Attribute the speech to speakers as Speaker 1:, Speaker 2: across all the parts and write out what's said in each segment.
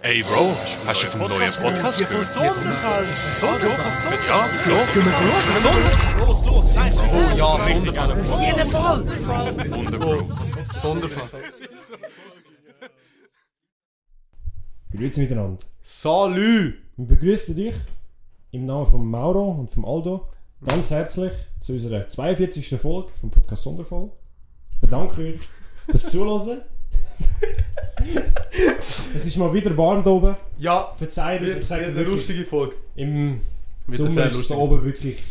Speaker 1: Ey, Bro, hast du vom neuen Podcast gehört? Ja, klar. Gehen wir los, Sonderfall. Los, los, nein, oh, ja, Sonderfall. Auf jeden Fall. Wunder, Bro.
Speaker 2: Sonderfall.
Speaker 3: Grüezi miteinander.
Speaker 2: Salü!
Speaker 3: Wir begrüßen dich im Namen von Mauro und von Aldo ganz herzlich zu unserer 42. Folge vom Podcast Sonderfall. Ich bedanke euch fürs Zuhören. es ist mal wieder warm da oben.
Speaker 2: Ja,
Speaker 3: Verzeiht uns,
Speaker 2: wird,
Speaker 3: ich
Speaker 2: wird
Speaker 3: sage
Speaker 2: eine
Speaker 3: dir wirklich,
Speaker 2: lustige Folge.
Speaker 3: im
Speaker 2: Wird eine
Speaker 3: Sommer
Speaker 2: sehr
Speaker 3: ist es da
Speaker 2: lustige
Speaker 3: oben wirklich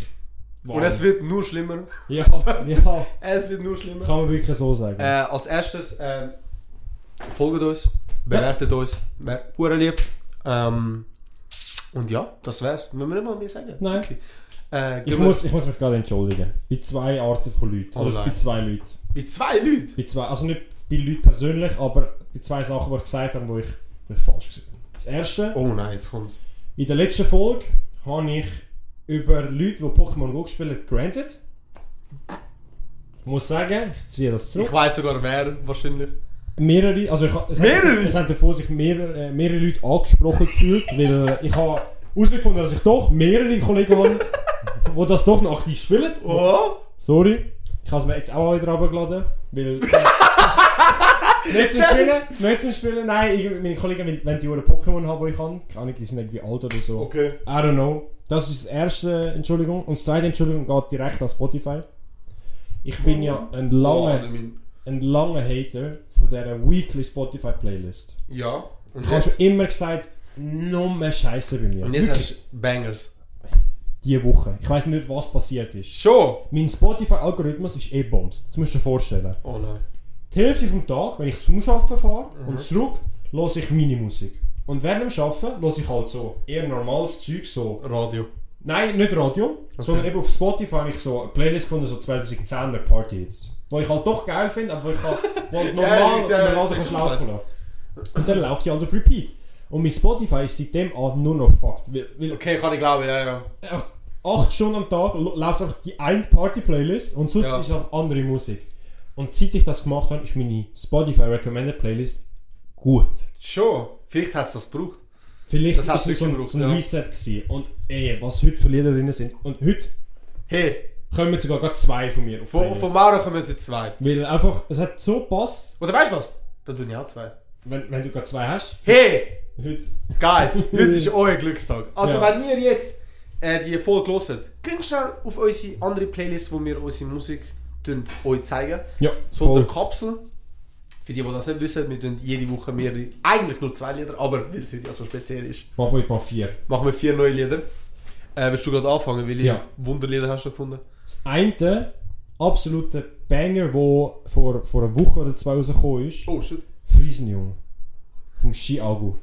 Speaker 3: warm.
Speaker 2: Und es wird nur schlimmer.
Speaker 3: ja, ja,
Speaker 2: Es wird nur schlimmer.
Speaker 3: kann man wirklich so sagen.
Speaker 2: Äh, als erstes, ähm, folgt uns, bewertet uns, wäre pure lieb. Ähm, und ja, das wär's. Müssen wir nicht mal mehr sagen?
Speaker 3: Nein.
Speaker 2: Wirklich. Äh,
Speaker 3: ich,
Speaker 2: gehen wir-
Speaker 3: muss, ich muss mich gerade entschuldigen. Bei zwei Arten von Leuten.
Speaker 2: Oh
Speaker 3: Oder
Speaker 2: nein.
Speaker 3: bei zwei Leuten.
Speaker 2: Bei zwei Leuten?
Speaker 3: Bei zwei, also nicht bei Leuten persönlich, aber bei zwei Sachen, die ich gesagt habe, wo ich, wo ich falsch gesehen habe. Das erste,
Speaker 2: Oh nein, jetzt kommt.
Speaker 3: in der letzten Folge habe ich über Leute, die Pokémon Go gespielt haben, granted. Ich muss sagen, ich ziehe das
Speaker 2: Ich
Speaker 3: zurück.
Speaker 2: weiß sogar wer wahrscheinlich.
Speaker 3: Mehrere, also ich, es
Speaker 2: Mehrere?
Speaker 3: Hat, es haben davor sich mehrere, äh, mehrere Leute angesprochen gefühlt, weil äh, ich habe herausgefunden, dass ich doch mehrere Kollegen habe, die das doch noch aktiv spielen.
Speaker 2: Oh!
Speaker 3: Sorry, ich habe es mir jetzt auch wieder runtergeladen, weil... nicht zum Spielen, nicht zum Spielen, nein, ich, meine Kollegen wollen- wollen die Uhren Pokémon haben, die ich kann. Keine Ahnung, die sind irgendwie alt oder so.
Speaker 2: Okay.
Speaker 3: I don't know. Das ist das erste Entschuldigung. Und das zweite Entschuldigung geht direkt an Spotify. Ich bin ja ein
Speaker 2: Oh,
Speaker 3: langer,
Speaker 2: mein-
Speaker 3: ein langer Hater von dieser Weekly Spotify Playlist.
Speaker 2: Ja. Und
Speaker 3: Ich habe
Speaker 2: jetzt,
Speaker 3: schon immer gesagt, nur mehr Scheiße bei mir.
Speaker 2: und jetzt
Speaker 3: Wirklich,
Speaker 2: hast du Bangers.
Speaker 3: diese Woche. Ich weiß nicht, was passiert ist.
Speaker 2: Schon?
Speaker 3: Mein Spotify-Algorithmus ist eh bombst. Das musst du dir vorstellen.
Speaker 2: Oh nein.
Speaker 3: die Hälfte vom Tag, wenn ich zum Arbeiten fahre
Speaker 2: Mhm.
Speaker 3: und zurück, höre ich meine Musik. Und während dem Arbeiten höre ich halt so eher normales Zeug, so...
Speaker 2: Radio.
Speaker 3: Nein, nicht Radio, sondern eben auf Spotify habe ich so eine Playlist gefunden, so 2010er Party-Hits. Die ich halt doch geil finde, aber wo ich halt wo halt normal,
Speaker 2: Ja, ich sag-
Speaker 3: normal kannst laufen lassen. Und dann läuft die halt auf Repeat. Und mein Spotify ist seitdem an nur noch fucked. Weil, weil
Speaker 2: Okay, kann ich glauben, ja, ja.
Speaker 3: einfach Äh, acht Stunden am Tag lo- läuft einfach die eine Party-Playlist und sonst
Speaker 2: Ja.
Speaker 3: ist auch andere Musik. Und seit ich das gemacht habe, ist meine Spotify Recommended Playlist gut.
Speaker 2: Schon? Vielleicht hast du das gebraucht.
Speaker 3: Vielleicht
Speaker 2: Das hat's
Speaker 3: ist es so ein,
Speaker 2: wirklich
Speaker 3: so ein
Speaker 2: gebraucht, ja.
Speaker 3: Reset gewesen. Und ey, was heute für Lieder drin sind. Und heute
Speaker 2: Hey,
Speaker 3: kommen sogar gerade zwei von mir auf die
Speaker 2: von,
Speaker 3: Playlist.
Speaker 2: von Mauro kommen jetzt zwei.
Speaker 3: Weil einfach, es hat so gepasst,
Speaker 2: Oder weißt du was? Dann tun ich auch zwei.
Speaker 3: wenn, wenn du gerade zwei hast.
Speaker 2: Hey,
Speaker 3: Heute.
Speaker 2: Guys, heute ist euer Glückstag. Also,
Speaker 3: Ja.
Speaker 2: wenn ihr jetzt äh, die Folge hört, geht schnell auf unsere andere Playlist, wo wir unsere Musik tun, euch zeigen.
Speaker 3: Ja,
Speaker 2: So eine
Speaker 3: voll.
Speaker 2: Kapsel. Für die, die das nicht wissen, wir tun jede Woche mehrere, eigentlich nur zwei Lieder, aber weil es heute ja so speziell ist,
Speaker 3: Machen wir heute mal vier.
Speaker 2: machen wir vier neue Lieder. Äh, willst du gerade anfangen, weil
Speaker 3: Ja.
Speaker 2: Wunderlieder hast du gefunden?
Speaker 3: Das eine absolute Banger, wo vor, vor einer Woche oder zwei rausgekommen ist.
Speaker 2: Oh, shit.
Speaker 3: Friesenjung. Vom Ski-Agu.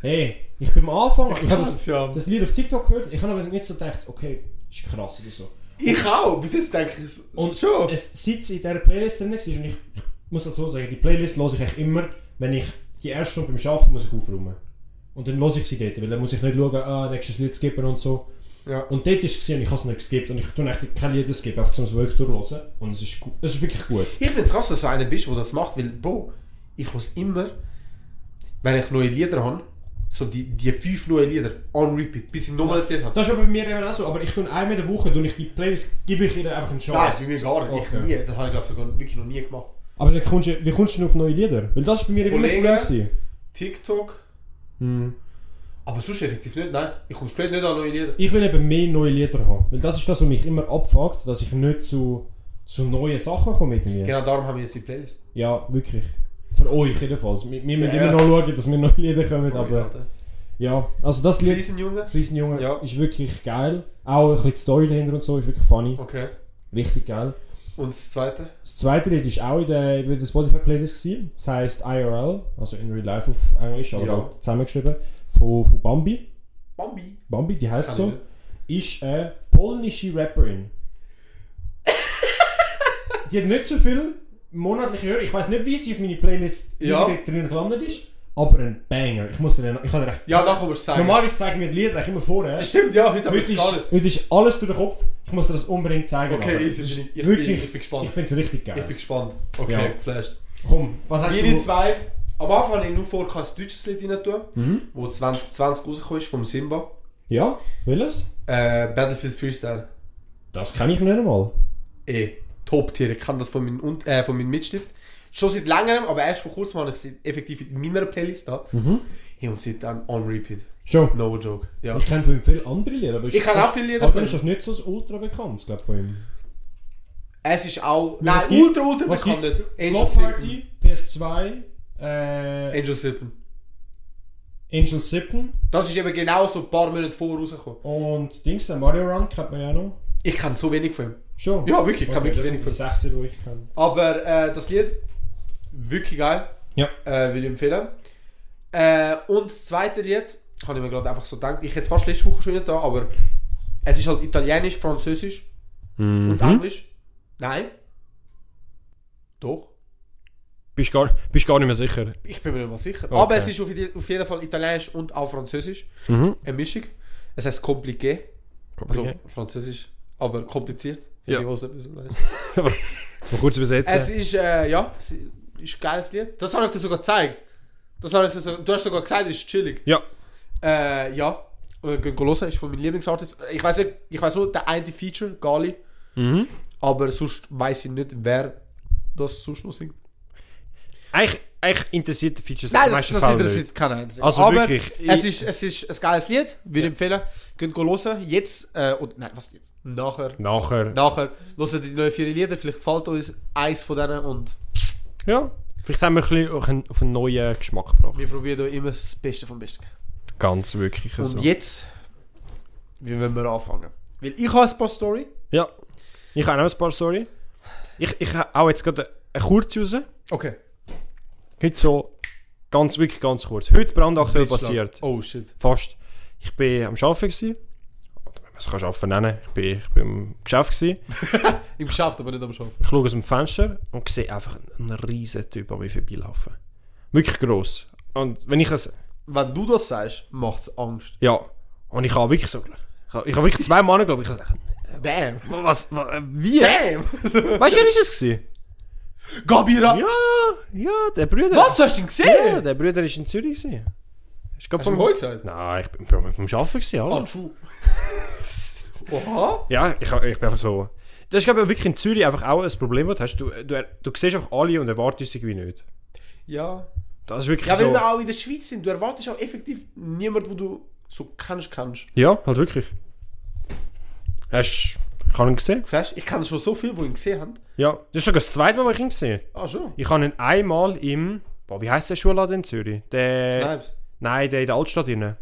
Speaker 3: Hey, ich bin am Anfang, ich, habe
Speaker 2: kann's,
Speaker 3: das,
Speaker 2: ja.
Speaker 3: das Lied auf TikTok gehört, ich habe aber nicht so gedacht, okay, ist krass oder so.
Speaker 2: Ich auch, bis jetzt denke ich es.
Speaker 3: Und
Speaker 2: schon.
Speaker 3: es sitzt in dieser Playlist drin war und ich, ich muss dazu sagen, die Playlist höre ich echt immer, wenn ich die erste Stunde beim Arbeiten muss ich aufräumen. Und dann höre ich sie dort, weil dann muss ich nicht schauen, ah, nächstes Lied skippen und so.
Speaker 2: Ja.
Speaker 3: Und dort war es gewesen und ich habe es nicht geskippt und ich tue echt keine Lieder skippen, einfach zum es wirklich durchhören. Und es ist, gu- es ist wirklich gut.
Speaker 2: Ich finde es krass, dass du so einer bist, der das macht, weil, Bro, ich muss immer, wenn ich neue Lieder habe, so die, die fünf neuen Lieder on repeat, bis ich nochmal ein Lied habe.
Speaker 3: Das ist aber bei mir eben auch so, aber ich tue einmal in der Woche, tue ich die Playlist, gebe ich ihr einfach
Speaker 2: Nein,
Speaker 3: eine Chance.
Speaker 2: bei mir gar nicht.
Speaker 3: Okay.
Speaker 2: Ich nie. Das habe ich, glaube ich, sogar wirklich noch nie gemacht.
Speaker 3: Aber dann kommst du, wie kommst du denn auf neue Lieder? Weil das war bei mir immer das
Speaker 2: Kollegen.
Speaker 3: Problem. Gewesen.
Speaker 2: TikTok.
Speaker 3: Hm.
Speaker 2: Aber sonst effektiv nicht, nein. Ich komme straight nicht an neue Lieder.
Speaker 3: Ich will eben mehr neue Lieder haben. Weil das ist das, was mich immer abfuckt, dass ich nicht zu, zu neuen Sachen komme irgendwie.
Speaker 2: Genau darum haben wir jetzt die Playlist.
Speaker 3: Ja, wirklich. Für euch jedenfalls. Wir, wir müssen
Speaker 2: Ja,
Speaker 3: immer
Speaker 2: ja.
Speaker 3: noch schauen, dass wir neue Lieder kommen. aber ja, also das Lied
Speaker 2: Riesenjunge.
Speaker 3: Friesenjunge
Speaker 2: Ja.
Speaker 3: ist wirklich geil. Auch ein bisschen die Story dahinter und so ist wirklich funny.
Speaker 2: Okay.
Speaker 3: Richtig geil.
Speaker 2: Und das zweite?
Speaker 3: Das zweite Lied ist auch in der, in der Spotify-Playlist. gewesen. Das heisst IRL, also in real life auf Englisch, aber
Speaker 2: Ja.
Speaker 3: halt zusammengeschrieben, von, von Bambi.
Speaker 2: Bambi.
Speaker 3: Bambi, die heißt
Speaker 2: Kann
Speaker 3: so,
Speaker 2: ich
Speaker 3: ist eine polnische Rapperin. die hat nicht so viel monatliche Hörer. Ich weiß nicht, wie sie auf meine Playlist wie
Speaker 2: Ja.
Speaker 3: sie dort drin gelandet ist, aber ein Banger. Ich muss dir den- ich kann dir echt,
Speaker 2: Ja, nachher musst du sagen.
Speaker 3: Normalerweise zeigen wir die Lieder echt immer vorher.
Speaker 2: Stimmt, ja, heute habe ich
Speaker 3: Heute
Speaker 2: es gar nicht.
Speaker 3: ist, heute ist alles durch den Kopf. Ich muss dir das unbedingt zeigen.
Speaker 2: Okay,
Speaker 3: aber
Speaker 2: easy,
Speaker 3: es ist
Speaker 2: ich bin-
Speaker 3: wirklich,
Speaker 2: ich bin gespannt.
Speaker 3: Ich finde es richtig
Speaker 2: Ich
Speaker 3: geil.
Speaker 2: bin gespannt. Okay,
Speaker 3: Ja.
Speaker 2: geflasht.
Speaker 3: Komm, was hast
Speaker 2: Jede
Speaker 3: du?
Speaker 2: zwei. Am Anfang hatte ich nur vor, ein deutsches Lied rein tun,
Speaker 4: Mhm.
Speaker 2: wo 2020 rausgekommen ist, vom Simba.
Speaker 4: Ja, will es?
Speaker 2: Äh, Battlefield Freestyle.
Speaker 4: Das kenne ich nicht einmal.
Speaker 2: Eh, Top-Tier. Ich kenne das von meinem, Un- äh, von meinem Mitstift. Schon seit längerem, aber erst vor kurzem habe ich es effektiv in meiner Playlist da.
Speaker 4: Mhm.
Speaker 2: Hey, und seitdem on repeat.
Speaker 4: Schon.
Speaker 2: No joke. Ja.
Speaker 4: Ich kenne von ihm viele andere Lieder. Aber ist-
Speaker 2: Ich kenne auch viele Lieder
Speaker 4: Aber
Speaker 2: von
Speaker 4: ist das nicht so ein ultra bekannt, glaube von ihm.
Speaker 2: Es ist auch.
Speaker 4: Weil
Speaker 2: Nein,
Speaker 4: es gibt-
Speaker 2: ultra, ultra
Speaker 4: Was
Speaker 2: bekannt.
Speaker 4: gibt's?
Speaker 2: Angel
Speaker 4: Block
Speaker 2: Sippen.
Speaker 4: Party, PS2, äh,
Speaker 2: Angel Sippen.
Speaker 4: Angel Sippen
Speaker 2: Das ist eben genau so ein paar Monate vor rausgekommen.
Speaker 4: und Dings, Mario Run kennt man ja auch noch.
Speaker 2: Ich kenne so wenig von ihm.
Speaker 4: Schon.
Speaker 2: Ja, wirklich, ich
Speaker 4: okay,
Speaker 2: kann wirklich
Speaker 4: das
Speaker 2: wenig
Speaker 4: sind die
Speaker 2: von ihm.
Speaker 4: sechs, die ich kenne.
Speaker 2: Aber äh, das Lied, wirklich geil.
Speaker 4: Ja.
Speaker 2: äh, würde ich empfehlen. Äh, und das zweite Lied, kann ich mir gerade einfach so gedacht, ich hätte es fast letzte Woche schon da, aber es ist halt italienisch, französisch
Speaker 3: Mhm.
Speaker 2: und englisch. Nein. Doch.
Speaker 3: Bist gar, bist gar nicht mehr sicher.
Speaker 2: Ich bin mir nicht mal sicher. Aber es ist auf, je- auf jeden Fall italienisch und auch französisch. Eine Mischung. Es heißt compliqué. Also
Speaker 3: Mhm. Compliqué.
Speaker 2: französisch, aber kompliziert. Für
Speaker 3: Ja.
Speaker 2: die, die es nicht wissen, was es ist.
Speaker 3: Aber jetzt mal kurz übersetzen.
Speaker 2: Es ist, äh, ja, es ist ein geiles Lied. Das habe ich dir sogar gezeigt. Das habe ich dir so, du hast sogar gesagt, es ist chillig.
Speaker 3: ja,
Speaker 2: Äh, ja. Äh, Gehen hören, ist von meinen Lieblingsartists. Ich weiß nicht, ich weiß nur, der eine Feature, Gali. Mhm. Aber sonst weiß ich nicht, wer das sonst noch singt.
Speaker 3: eigentlich, eigentlich interessiert die Features
Speaker 2: Nein,
Speaker 3: am
Speaker 2: das,
Speaker 3: meisten
Speaker 2: das
Speaker 3: Fälle
Speaker 2: interessiert keinen. einzigen.
Speaker 3: Also
Speaker 2: aber
Speaker 3: wirklich, ich-
Speaker 2: Es ist, es ist ein geiles Lied, würde empfehlen. Gehen hören, jetzt, äh, oder, nein, was jetzt? Nachher.
Speaker 3: nicht. Nachher.
Speaker 2: Nachher. Hören die neuen vier Lieder, vielleicht gefällt uns eins von denen und
Speaker 3: Ja, vielleicht haben wir ein bisschen auf einen, auf einen neuen Geschmack gebracht.
Speaker 2: wir probieren da immer das Beste vom Besten.
Speaker 3: Ganz wirklich so.
Speaker 2: Und jetzt, wie wollen wir anfangen? Weil ich habe ein paar Story.
Speaker 3: Ja. Ich habe auch ein paar, sorry. Ich, ich habe auch jetzt gerade eine kurze raus.
Speaker 2: Okay.
Speaker 3: Heute so ganz, wirklich ganz kurz. Heute brandaktuell passiert.
Speaker 2: Oh shit.
Speaker 3: Fast. Ich bin am Arbeiten gewesen. Oder wenn man es kann Arbeiten nennen. Ich bin, ich bin im Geschäft gewesen.
Speaker 2: Im Geschäft, aber nicht am Schaffen.
Speaker 3: Ich schaue aus dem Fenster und sehe einfach einen riesen Typ an mir vorbeilaufen. Wirklich gross. Und wenn ich das...
Speaker 2: Wenn du das sagst, macht es Angst.
Speaker 3: Ja. Und ich habe wirklich so... Ich habe, ich habe wirklich zwei Männer, glaube ich. ich habe gesagt,
Speaker 2: Damn.
Speaker 3: was, was,
Speaker 2: äh,
Speaker 3: wie?
Speaker 2: Damn.
Speaker 3: Weißt du, wer ist es gewesen?
Speaker 2: Gabira.
Speaker 3: Ja, ja, der Bruder.
Speaker 2: Was, du hast ihn gesehen?
Speaker 3: Ja, der Bruder war in Zürich. gewesen. Hast du
Speaker 2: Hast du mir heute gesagt?
Speaker 3: Nein, ich bin beim Arbeiten. Gewesen, Alter.
Speaker 2: Ah, true. Oha.
Speaker 3: Ja, ich, ich bin einfach so. Das ist glaube ich wirklich in Zürich einfach auch ein Problem, das du hast. Du, du, du siehst auch alle und erwartest sie irgendwie nicht.
Speaker 2: Ja.
Speaker 3: Das ist wirklich
Speaker 2: Ja, weil
Speaker 3: so.
Speaker 2: wir auch in der Schweiz sind. Du erwartest auch effektiv niemanden, wo du so kannst, kannst.
Speaker 3: Ja, halt wirklich. Hast du ich habe ihn gesehen?
Speaker 2: Weißt ich kenne schon so viel, die ihn gesehen haben.
Speaker 3: Ja. Das ist sogar das zweite Mal, wo ich ihn gesehen habe.
Speaker 2: Ah, schon.
Speaker 3: Ich habe ihn einmal im. Boah, wie heisst der Schulladen in Zürich? Der.
Speaker 2: Snipes.
Speaker 3: Nein, der in der Altstadt drin.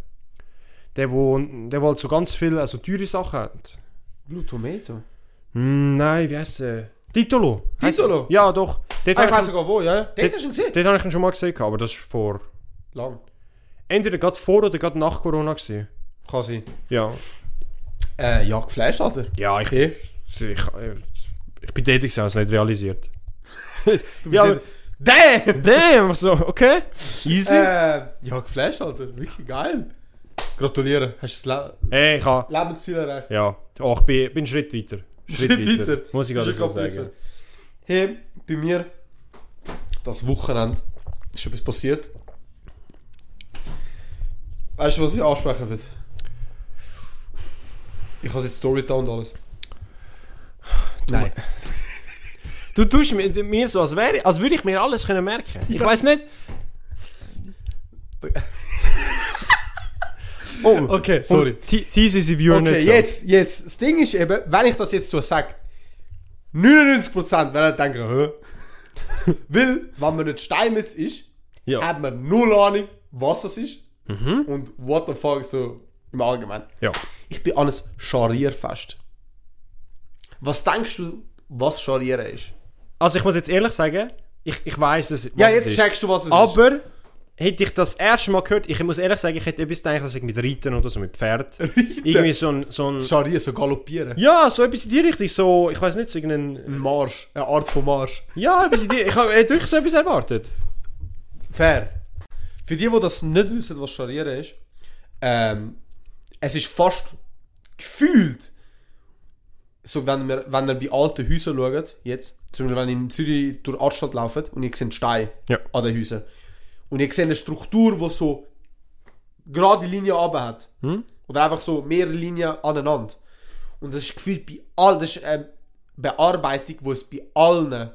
Speaker 3: Der, wo, der, wo halt so ganz viele also teure Sachen hat.
Speaker 2: Blue Tomato.
Speaker 3: Hm, nein, wie heisst der? Titolo. Heisst-
Speaker 2: Titolo?
Speaker 3: Ja, doch. Dort
Speaker 2: Ah, ich
Speaker 3: habe ich,
Speaker 2: weiß
Speaker 3: ihn-
Speaker 2: sogar wo, ja. Den hast du ihn gesehen.
Speaker 3: dort habe ich ihn schon mal gesehen, aber das ist vor.
Speaker 2: Lang.
Speaker 3: entweder gerade vor oder gerade nach Corona gewesen.
Speaker 2: Kann sein.
Speaker 3: Ja.
Speaker 2: Äh, ja, geflasht, Alter.
Speaker 3: Ja, ich,
Speaker 2: Okay.
Speaker 3: ich, eh, ich bin tätig gewesen, also nicht realisiert.
Speaker 2: Du
Speaker 3: Ja,
Speaker 2: bist ja, Damn!
Speaker 3: Damn, so, okay. Easy. Eh,
Speaker 2: Äh, ja, geflasht, Alter. Wirklich geil. Gratuliere. Hast du das Le
Speaker 3: hey, ich habe,
Speaker 2: Lebensziel erreicht?
Speaker 3: ja, oh, ich bin, bin einen Schritt weiter. Schritt, weiter. Muss ich gerade
Speaker 2: Ist
Speaker 3: so
Speaker 2: ja gerade besser.
Speaker 3: sagen.
Speaker 2: Hey, bei mir, das Wochenende, ist etwas passiert.
Speaker 3: Ah,
Speaker 2: Weißt du, was ich ansprechen will? Ich habe jetzt Storytown und alles. Nein.
Speaker 3: Du tust mir, mir so, als, wäre, als würde ich mir alles können merken. Ich weiß nicht. oh,
Speaker 2: Okay, sorry.
Speaker 3: Und te- Tease is if you're
Speaker 2: Okay,
Speaker 3: nicht so.
Speaker 2: jetzt, jetzt. Das Ding ist eben, wenn ich das jetzt so sage, 99% werden denken, hä? Weil, wenn man nicht Steinmetz ist,
Speaker 3: Ja. Mhm.
Speaker 2: hat man null Ahnung, was es ist und what the fuck so im Allgemeinen.
Speaker 3: Ja.
Speaker 2: Ich bin an einem Scharierfest. Was denkst du, was Scharieren ist?
Speaker 3: Also ich muss jetzt ehrlich sagen, ich, ich weiß es.
Speaker 2: Ja,
Speaker 3: was es
Speaker 2: jetzt
Speaker 3: ist.
Speaker 2: checkst du, was es ist.
Speaker 3: Aber hätte ich das erste Mal gehört, ich muss ehrlich sagen, ich hätte etwas gedacht, dass ich mit Reiten oder so mit Pferd. Irgendwie so ein, so ein.
Speaker 2: Scharieren, so galoppieren.
Speaker 3: Ja, so etwas in die Richtung, so, ich weiß nicht, so irgendein.
Speaker 2: Ein Marsch, eine Art von Marsch.
Speaker 3: Ja, etwas in die Ich habe hätte wirklich so etwas erwartet.
Speaker 2: Fair. Für die, die das nicht wissen, was Scharieren ist, ähm, es ist fast gefühlt, so wenn wir, wenn wir bei alten Häusern schaut, jetzt, zum Beispiel wenn ihr in Zürich durch die Altstadt lauft und ihr seht Steine
Speaker 3: Ja.
Speaker 2: an den Häusern Und ich sehe eine Struktur, die so gerade Linie runter hat.
Speaker 3: Hm?
Speaker 2: Oder einfach so mehrere Linien aneinander. Und das ist gefühlt bei all, das ist eine Bearbeitung, die es bei allen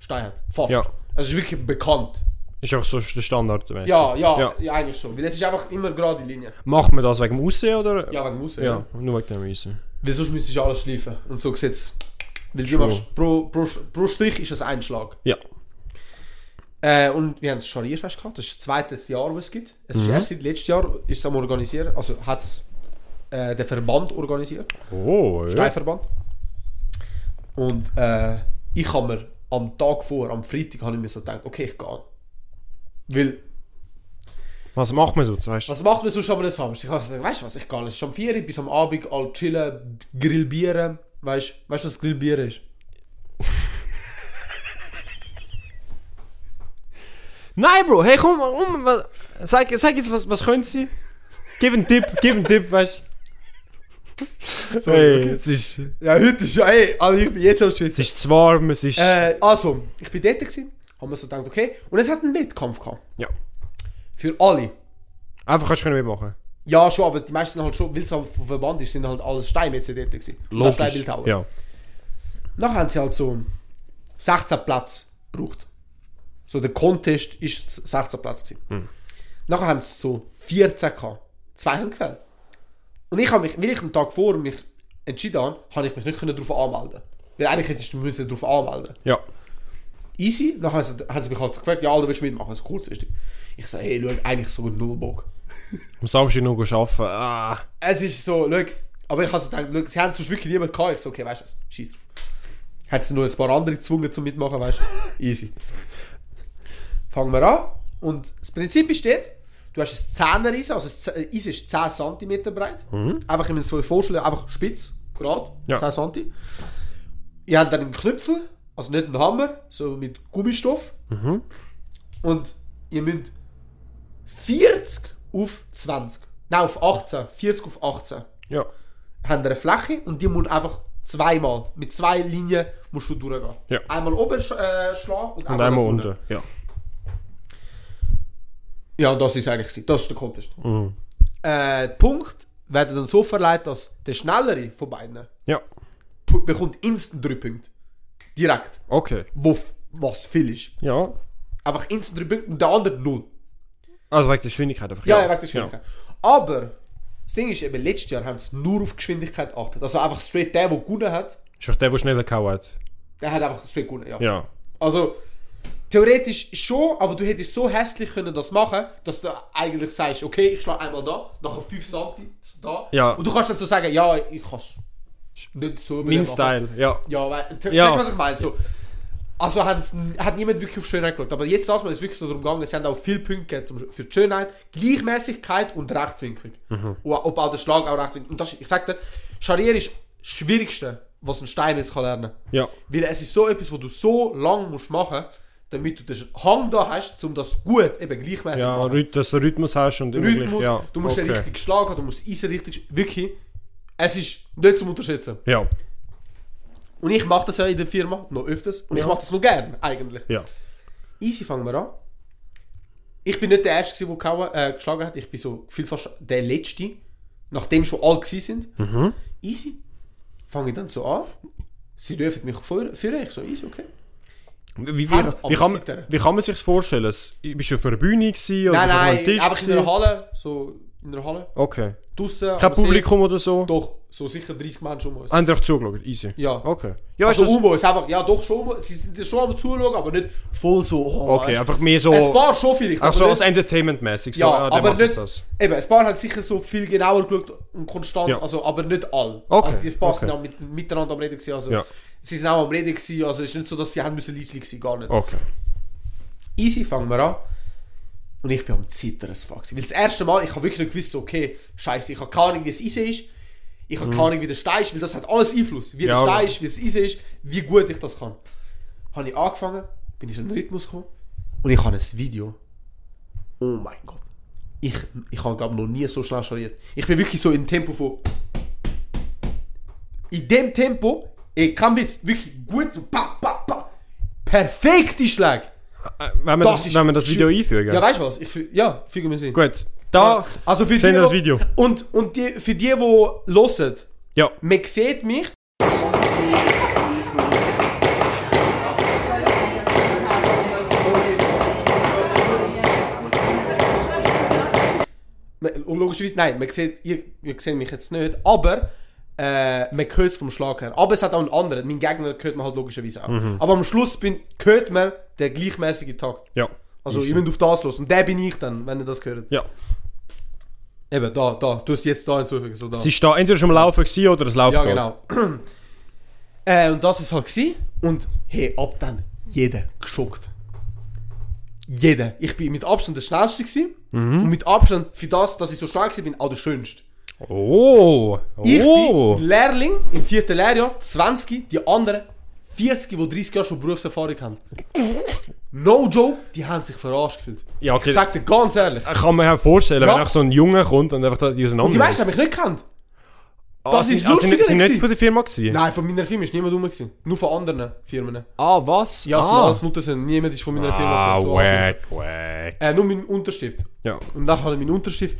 Speaker 2: Steinen hat. Fast.
Speaker 3: Ja.
Speaker 2: Also es ist wirklich bekannt.
Speaker 3: Ist auch so der Standard. weiss
Speaker 2: Ja,
Speaker 3: ich.
Speaker 2: ja, ja, eigentlich schon. Weil es ist einfach immer gerade Linie.
Speaker 3: Macht man das wegen dem Aussehen oder?
Speaker 2: Ja, wegen dem Aussehen.
Speaker 3: Ja, nur wegen dem Aussehen.
Speaker 2: Weil sonst müsstest du alles schleifen. Und so sieht es. Weil du
Speaker 3: True.
Speaker 2: machst pro, pro, pro Strich ist das ein Schlag.
Speaker 3: Ja.
Speaker 2: Äh, und wir haben das Scharnierfest gehabt. Das ist das zweite Jahr, das es gibt. Es
Speaker 3: Mhm.
Speaker 2: ist erst seit letztem Jahr ist es am organisieren. Also hat es äh, der Verband organisiert.
Speaker 3: Oh, ja.
Speaker 2: Steinverband. Und äh, ich habe mir am Tag vor, am Freitag, habe ich mir so gedacht, okay, ich gehe. Weil,
Speaker 3: Was macht man so, weißt du?
Speaker 2: was macht man sonst am Samstag? Ich habe gesagt, weißt du was, ich gehe. Es ist am 4 Uhr bis am Abend, all chillen, grillbieren. Weißt du, weißt, du, was grillbieren ist?
Speaker 3: Nein, Bro, hey, komm, um, was, sag, sag jetzt, was, was können sie? Gib einen Tipp, gib einen Tipp, weißt du? Hey, es ist,
Speaker 2: Ja, heute ist ja, ey, also ich bin jetzt schon am Schwitzen.
Speaker 3: es ist zu warm, es ist.
Speaker 2: Äh, also, ich bin dort, gewesen, haben wir so gedacht, okay. Und es hat einen Wettkampf gehabt.
Speaker 3: Ja.
Speaker 2: Für alle.
Speaker 3: Einfach kannst du können mitmachen.
Speaker 2: Ja, schon, aber die meisten sind halt schon, weil es halt vom Verband ist, sind halt alles Steine jetzt dort gewesen. Und auch Steinbildhauer.
Speaker 3: Ja.
Speaker 2: Nachher haben sie halt so 16 Platz gebraucht. So der Contest ist 16 Platz gewesen. Nachher haben sie so 14 gehabt. Zwei haben gefällt. Und ich habe mich, weil ich einen Tag vor mich entschieden habe, habe ich mich nicht können darauf anmelden. Weil eigentlich hättest du müssen darauf anmelden.
Speaker 3: Ja.
Speaker 2: easy. Dann haben sie, haben sie mich halt so gefragt, ja, du willst mitmachen, das ist kurzfristig. Ich so, hey, schau, eigentlich so null Bock.
Speaker 3: Am Samstag noch arbeiten. Ah.
Speaker 2: Es ist so, schau, aber ich habe so gedacht, schau, sie haben sonst wirklich niemanden gehabt. Ich so, okay, weißt du was, scheiß drauf. Hat sie nur ein paar andere gezwungen zum Mitmachen, weißt du? Easy. Fangen wir an. Und das Prinzip ist dort, du hast ein 10er Eis, also das Z- äh, Eis ist 10 cm breit. Einfach, ich muss es vorstellen, einfach spitz, gerade,
Speaker 3: Mhm. Ja.
Speaker 2: 10 cm. Ihr habt dann einen Knüpfel, also nicht einen Hammer, so mit Gummistoff.
Speaker 3: Mhm.
Speaker 2: Und ihr müsst 40 auf 20, nein, auf 18, 40 auf 18
Speaker 3: Ja.
Speaker 2: haben eine Fläche und die muss einfach zweimal, mit zwei Linien musst du durchgehen.
Speaker 3: Ja.
Speaker 2: Einmal oben sch äh, schlagen und,
Speaker 3: Und einmal
Speaker 2: nach
Speaker 3: unten. Ja.
Speaker 2: Ja, das ist eigentlich gewesen. das ist der Contest. Äh, die Punkte werden dann so verleiht, dass der Schnellere von beiden
Speaker 3: Ja.
Speaker 2: pu- bekommt instant drei Punkte. Direkt.
Speaker 3: Okay.
Speaker 2: Wo f- was viel ist.
Speaker 3: Ja.
Speaker 2: Einfach instant drei Punkte und der andere null.
Speaker 3: Also wegen der Geschwindigkeit einfach.
Speaker 2: Ja, ja, wegen der Geschwindigkeit. Aber das Ding ist, eben letztes Jahr haben sie nur auf Geschwindigkeit geachtet. Also einfach straight der, der gewonnen hat,
Speaker 3: Ja. Ist auch der, der schneller gehauen hat.
Speaker 2: der hat einfach straight gewonnen. Ja.
Speaker 3: Ja.
Speaker 2: Also, theoretisch schon, aber du hättest so hässlich können das machen, dass du eigentlich sagst, okay, ich schlage einmal da, nachher 5 cm da.
Speaker 3: Ja.
Speaker 2: Und du kannst dann so sagen, ja, ich kann es nicht so
Speaker 3: Mein
Speaker 2: machen.
Speaker 3: Style. Ja.
Speaker 2: Ja, weil, ja.
Speaker 3: Ja.
Speaker 2: was ich meine? So, also haben's, hat niemand wirklich auf Schönheit geschaut. Aber jetzt das Mal ist wirklich so darum gegangen, sie haben auch viele Punkte gegeben zum- für die Schönheit, Gleichmäßigkeit und Rechtwinklig. Und ob auch der Schlag auch rechtwinklig. Und das, ich sag dir, Scharier ist das Schwierigste, was ein Stein jetzt kann lernen kann.
Speaker 3: Ja.
Speaker 2: Weil es ist so etwas, was du so lang musst machen, damit du den Hang da hast, um das gut, eben gleichmäßig
Speaker 3: Ja,
Speaker 2: machen.
Speaker 3: Rhyth- dass du Rhythmus hast und immer gleich-
Speaker 2: Rhythmus,
Speaker 3: ja.
Speaker 2: du musst den
Speaker 3: okay.
Speaker 2: richtigen Schlag haben, du musst Eisen richtig, wirklich, es ist nicht zum unterschätzen.
Speaker 3: Ja.
Speaker 2: Und ich mache das ja in der Firma noch öfters. Und ich mache das noch gern, eigentlich.
Speaker 3: Ja.
Speaker 2: Easy, fangen wir an. Ich bin nicht der Erste, gewesen, der gehauen, äh, geschlagen hat. Ich bin so gefühlt fast der Letzte, nachdem schon alle gewesen sind.
Speaker 3: Mhm.
Speaker 2: Easy. Fange ich dann so an. Sie dürfen mich vor- führen. Ich so, easy, okay.
Speaker 3: Wie, wie,
Speaker 2: Hand am
Speaker 3: wie, kann, man-
Speaker 2: Zittern.
Speaker 3: wie kann man sich vorstellen? Es- Bist du auf einer Bühne gewesen,
Speaker 2: Nein,
Speaker 3: oder bist du auf einem
Speaker 2: nein,
Speaker 3: Tisch
Speaker 2: einfach in einer
Speaker 3: gewesen?
Speaker 2: Halle. So, in einer Halle.
Speaker 3: Okay.
Speaker 2: Draussen.
Speaker 3: Kein
Speaker 2: am See.
Speaker 3: Publikum oder so?
Speaker 2: Doch, so sicher 30 Menschen um uns.
Speaker 3: Haben die euch zugeschaut? Easy.
Speaker 2: Ja.
Speaker 3: Okay. Ja,
Speaker 2: also
Speaker 3: ist das,
Speaker 2: um uns, einfach, ja doch, schon um uns. Sie sind ja schon am Zuschauen, aber nicht voll so. oh,
Speaker 3: okay,
Speaker 2: weißt du.
Speaker 3: einfach mehr so...
Speaker 2: Es war schon vielleicht.
Speaker 3: Ach so,
Speaker 2: aber
Speaker 3: als
Speaker 2: nicht-
Speaker 3: Entertainment-mäßig. So,
Speaker 2: Ja,
Speaker 3: ah, der
Speaker 2: aber
Speaker 3: macht jetzt
Speaker 2: nicht.
Speaker 3: Das.
Speaker 2: Eben, ein paar hat sicher so viel genauer geschaut und konstant,
Speaker 3: Ja.
Speaker 2: also, aber nicht alle.
Speaker 3: Okay,
Speaker 2: Also, die Spaß sind
Speaker 3: okay.
Speaker 2: auch mit, miteinander am Reden. Gewesen, also,
Speaker 3: Ja.
Speaker 2: Sie sind auch am Reden, gewesen, also es ist nicht so, dass sie haben müssen leise sein, gar nicht.
Speaker 3: Okay.
Speaker 2: Easy, fangen wir an. Und ich bin am Zittern as fuck. gewesen. Weil das erste Mal, ich habe wirklich nicht gewusst, so, okay, scheiße, ich habe keine Ahnung, wie es Eisen ist. Ich habe keine Ahnung, wie der Stein ist, weil das hat alles Einfluss. Wie
Speaker 3: Mhm. Ja,
Speaker 2: der Stein
Speaker 3: aber-
Speaker 2: ist, wie es Eisen ist, wie gut ich das kann. Habe ich angefangen, bin ich so in den Rhythmus gekommen und ich habe ein Video. Oh mein Gott. Ich, ich habe, glaube noch nie so schnell schariert. Ich bin wirklich so in Tempo von... In dem Tempo, ich kann jetzt wirklich gut so... Pa, pa, pa, perfekte Schlag.
Speaker 3: Äh, Wenn wir
Speaker 2: Das
Speaker 3: das,
Speaker 2: ist
Speaker 3: wenn wir das Video einfügen.
Speaker 2: Ja, weißt du was? Ich, fü- ja, fügen wir es ein.
Speaker 3: Gut. Da
Speaker 2: Also für
Speaker 3: sehen wir das
Speaker 2: die,
Speaker 3: Video.
Speaker 2: wo- und, und die, für die, die hören,
Speaker 3: Ja.
Speaker 2: man sieht mich. Man- Und logischerweise, nein, man sieht, ihr, ihr seht mich jetzt nicht, aber äh, man hört es vom Schlag her. Aber es hat auch einen anderen, mein Gegner hört man halt logischerweise auch.
Speaker 3: Mhm.
Speaker 2: Aber am Schluss bin, hört man den gleichmäßigen Takt.
Speaker 3: Ja.
Speaker 2: Also ihr müsst auf das los. Und der bin ich dann, wenn ihr das hört.
Speaker 3: Ja.
Speaker 2: Eben, da, da, du hast jetzt da hinzufügen. So da.
Speaker 3: Es ist da entweder schon am Laufen gewesen oder es läuft
Speaker 2: Ja,
Speaker 3: gerade.
Speaker 2: genau. äh, und das ist halt gewesen. Und hey, ab dann, jeder geschockt. Jeder. Ich bin mit Abstand der Schnellste gewesen.
Speaker 3: Mhm.
Speaker 2: Und mit Abstand, für das, dass ich so schnell gewesen bin, auch der Schönste.
Speaker 3: Oh.
Speaker 2: Ich
Speaker 3: Oh.
Speaker 2: bin Lehrling im vierten Lehrjahr, 20, die anderen 40, die 30 Jahre schon Berufserfahrung haben. No joke, die haben sich verarscht gefühlt.
Speaker 3: Ja, okay.
Speaker 2: Ich sag dir ganz ehrlich.
Speaker 3: Kann man sich vorstellen,
Speaker 2: Ja.
Speaker 3: wenn auch so ein Junge kommt und einfach da die auseinander.
Speaker 2: Und die meisten haben mich nicht gekannt.
Speaker 3: Ah,
Speaker 2: das
Speaker 3: sind-
Speaker 2: ist
Speaker 3: ah, sind-
Speaker 2: lustiger
Speaker 3: Sind nicht
Speaker 2: gewesen.
Speaker 3: von der Firma gewesen?
Speaker 2: Nein, von meiner Firma ist niemand rum. gewesen. Nur von anderen Firmen.
Speaker 3: Ah, was?
Speaker 2: Ja, es sind
Speaker 3: ah.
Speaker 2: alles Nutten. Niemand ist von meiner Firma
Speaker 3: Ah,
Speaker 2: gekommen, so anständig.
Speaker 3: wack, wack.
Speaker 2: Äh, nur mein Unterstift.
Speaker 3: Ja.
Speaker 2: Und dann habe ich meinen Unterstift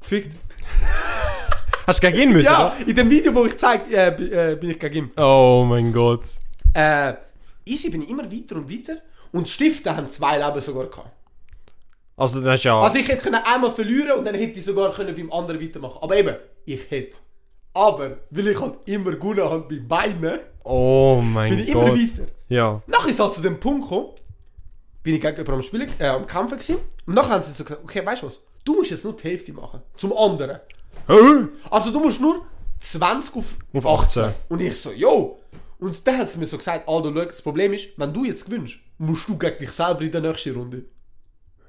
Speaker 2: gefickt.
Speaker 3: Hast du gegen ihn müssen?
Speaker 2: Ja,
Speaker 3: oder?
Speaker 2: in dem Video, wo ich zeige, äh,
Speaker 3: eh,
Speaker 2: bi- äh, bin ich gegen ihn.
Speaker 3: Oh mein Gott.
Speaker 2: Äh, easy bin ich immer weiter und weiter. Und Stifte haben zwei Leben sogar gehabt.
Speaker 3: Also, das ist ja.
Speaker 2: Also ich hätte können einmal verlieren und dann hätte ich sogar können beim anderen weitermachen Aber eben, ich hätte. Aber, weil ich halt immer gewonnen habe bei beiden,
Speaker 3: oh mein
Speaker 2: bin ich
Speaker 3: Gott.
Speaker 2: immer weiter.
Speaker 3: Ja.
Speaker 2: Nachher ist es halt zu dem Punkt gekommen, bin ich gegen jemanden am, Spielen, äh, am Kämpfen gewesen. Und nachher haben sie so gesagt, okay, weißt du was, du musst jetzt nur die Hälfte machen. Zum anderen.
Speaker 3: Hä?
Speaker 2: Also du musst nur 20 auf,
Speaker 3: Auf 18.
Speaker 2: Und ich so, yo. Und dann hat sie mir so gesagt, Aldo, schau, das Problem ist, wenn du jetzt gewinnst, musst du gegen dich selber in der nächsten Runde.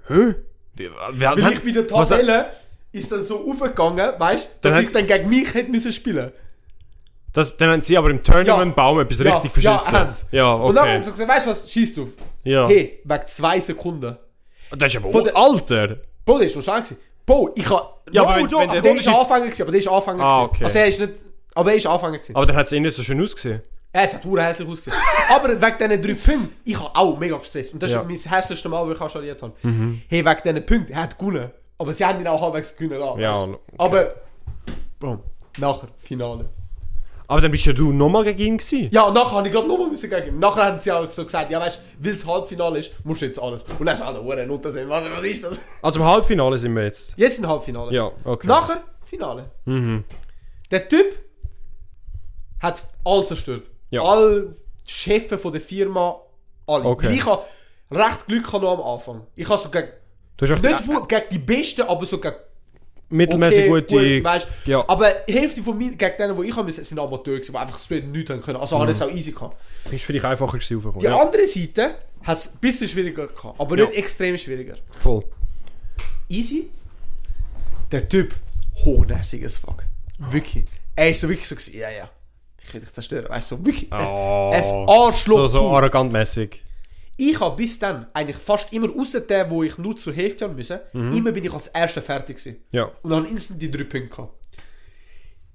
Speaker 3: Hä? Wie- Was
Speaker 2: Weil
Speaker 3: hat,
Speaker 2: ich bei der
Speaker 3: was hat,
Speaker 2: Tabelle ist dann so aufgegangen, weißt du, dass
Speaker 3: Dann
Speaker 2: ich
Speaker 3: hat-
Speaker 2: dann gegen mich hätte müssen spielen.
Speaker 3: das, dann haben sie aber im Tournament
Speaker 2: Ja.
Speaker 3: Baum etwas richtig verschissen.
Speaker 2: Ja, haben's.
Speaker 3: Ja,
Speaker 2: Und dann
Speaker 3: okay.
Speaker 2: haben sie gesagt, weißt du was, schieß drauf.
Speaker 3: ja.
Speaker 2: Hey, wegen zwei Sekunden.
Speaker 3: das ist
Speaker 2: von
Speaker 3: aber von
Speaker 2: der-
Speaker 3: Alter.
Speaker 2: Bro, der ist noch schnell gewesen. Bro, ich hab...
Speaker 3: Ja,
Speaker 2: no
Speaker 3: aber wenn-
Speaker 2: joke,
Speaker 3: wenn
Speaker 2: aber
Speaker 3: der
Speaker 2: der ist
Speaker 3: Unterschied-
Speaker 2: Anfänger gewesen, aber der ist Anfänger
Speaker 3: Ah,
Speaker 2: gewesen.
Speaker 3: okay.
Speaker 2: Also er ist nicht... Aber er ist Anfänger gewesen.
Speaker 3: Aber dann hat es eh nicht so schön ausgesehen.
Speaker 2: Ja, es hat verdammt hässlich ausgesehen. aber wegen diesen drei Punkten, ich habe auch mega gestresst. Und das
Speaker 3: Ja. Mhm.
Speaker 2: ist mein hässlichste Mal, wo ich anschalliert habe. Hey, wegen diesen Punkten, er hat gewonnen. Aber sie haben ihn auch halbwegs gewinnen lassen.
Speaker 3: Ja,
Speaker 2: weißt du.
Speaker 3: okay.
Speaker 2: Aber... Bro, nachher, Finale.
Speaker 3: Aber dann bist ja du nochmal gegen ihn gewesen.
Speaker 2: Ja, und nachher habe ich gerade nochmal müssen gegen ihn. Nachher haben sie auch so gesagt, ja weißt du, weil es Halbfinale ist, musst du jetzt alles. Und dann so, Alter, Huren, Untersehen, was, was ist das?
Speaker 3: Also im Halbfinale sind wir jetzt.
Speaker 2: Jetzt ein Halbfinale.
Speaker 3: Ja, okay.
Speaker 2: Nachher Finale.
Speaker 3: Mhm.
Speaker 2: Der Typ hat alles zerstört.
Speaker 3: Ja.
Speaker 2: Alle Chefs von der Firma, alle.
Speaker 3: Okay.
Speaker 2: Weil Ich habe recht Glück gehabt noch am Anfang. Ich habe so gegen,
Speaker 3: Du hast
Speaker 2: nicht
Speaker 3: echt
Speaker 2: gut, gegen die Besten, aber so gegen
Speaker 3: mittelmäßig gute.
Speaker 2: weißt,
Speaker 3: ja.
Speaker 2: Aber die Hälfte von mir, gegen denen, die ich haben, sind Amateure, gewesen, die einfach straight nichts haben können. Also habe ich es auch easy gehabt.
Speaker 3: ist für dich einfacher gewesen aufzukommen.
Speaker 2: Die
Speaker 3: Mhm. Ja,
Speaker 2: andere Seite hat es ein bisschen schwieriger gehabt, aber
Speaker 3: Ja.
Speaker 2: nicht extrem schwieriger.
Speaker 3: voll.
Speaker 2: easy. Der Typ, hochnässig as fuck. Wirklich. Er ist so wirklich so, gewesen, ja, ja. Ich will dich zerstören. Weißt du, so wirklich. Es,
Speaker 3: Oh.
Speaker 2: es Arschloch.
Speaker 3: So, so
Speaker 2: pur.
Speaker 3: arrogant mäßig.
Speaker 2: Ich habe bis dann eigentlich fast immer, außer der, wo ich nur zur Hälfte haben müssen, immer bin ich als Erster fertig gewesen.
Speaker 3: Mhm. Ja.
Speaker 2: Und dann instant die drei Punkte gehabt.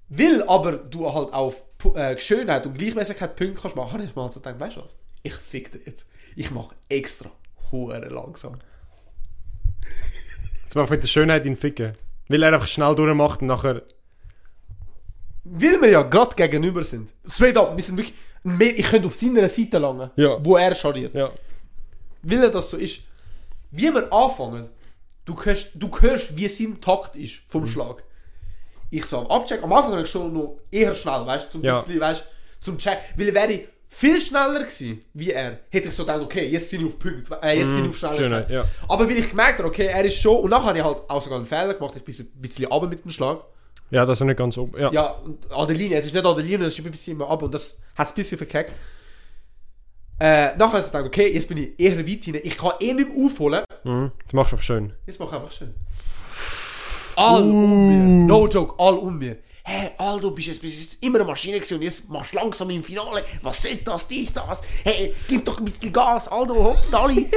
Speaker 2: Weil aber du halt auf Pu- äh, Schönheit und Gleichmäßigkeit Punkte kannst machen, habe ich mal so gedacht, weißt du was? Ich fick dir jetzt. Ich mache extra hure langsam.
Speaker 3: Jetzt macht mit der Schönheit ihn ficken. Weil er einfach schnell durchmacht und nachher.
Speaker 2: Weil wir ja gerade gegenüber sind. Straight up, wir sind wirklich. Mehr, ich könnte auf seiner Seite langen,
Speaker 3: Ja.
Speaker 2: wo er schariert.
Speaker 3: Ja.
Speaker 2: Weil er das so ist. Wie wir anfangen, du hörst, du hörst wie sein Takt ist
Speaker 3: Mhm.
Speaker 2: vom Schlag. Ich so am Abcheck, am Anfang habe ich schon noch eher schnell, weißt du, zum
Speaker 3: Ja.
Speaker 2: bisschen, weißt, zum Check. Weil wäre ich viel schneller gewesen, wie er, hätte ich so gedacht, okay, jetzt sind ich auf Punkt, äh, jetzt sind ich auf Schnelligkeit.
Speaker 3: Schönheit, Mhm. ja.
Speaker 2: Aber weil ich gemerkt habe, okay, er ist schon, und nachher habe ich halt auch sogar einen Fehler gemacht, ich bin so ein bisschen runter mit dem Schlag.
Speaker 3: Ja, das ist nicht ganz oben. Ja.
Speaker 2: Ja, und an der Linie. Es ist nicht an der Linie, es ist ein bisschen immer ab und das hat es ein bisschen verkackt. Äh, nachher habe ich gedacht, okay, jetzt bin ich eher weit hinein. Ich kann eh nicht mehr aufholen.
Speaker 3: Mhm. Das machst du einfach schön.
Speaker 2: Jetzt mach einfach schön.
Speaker 3: Uh.
Speaker 2: All um mir. No joke, all um mir. Hey, Aldo, bist jetzt bis jetzt immer eine Maschine gewesen und jetzt machst du langsam im Finale. Was soll das, dies, das? Hey, gib doch ein bisschen Gas, Aldo, hopp, Dali.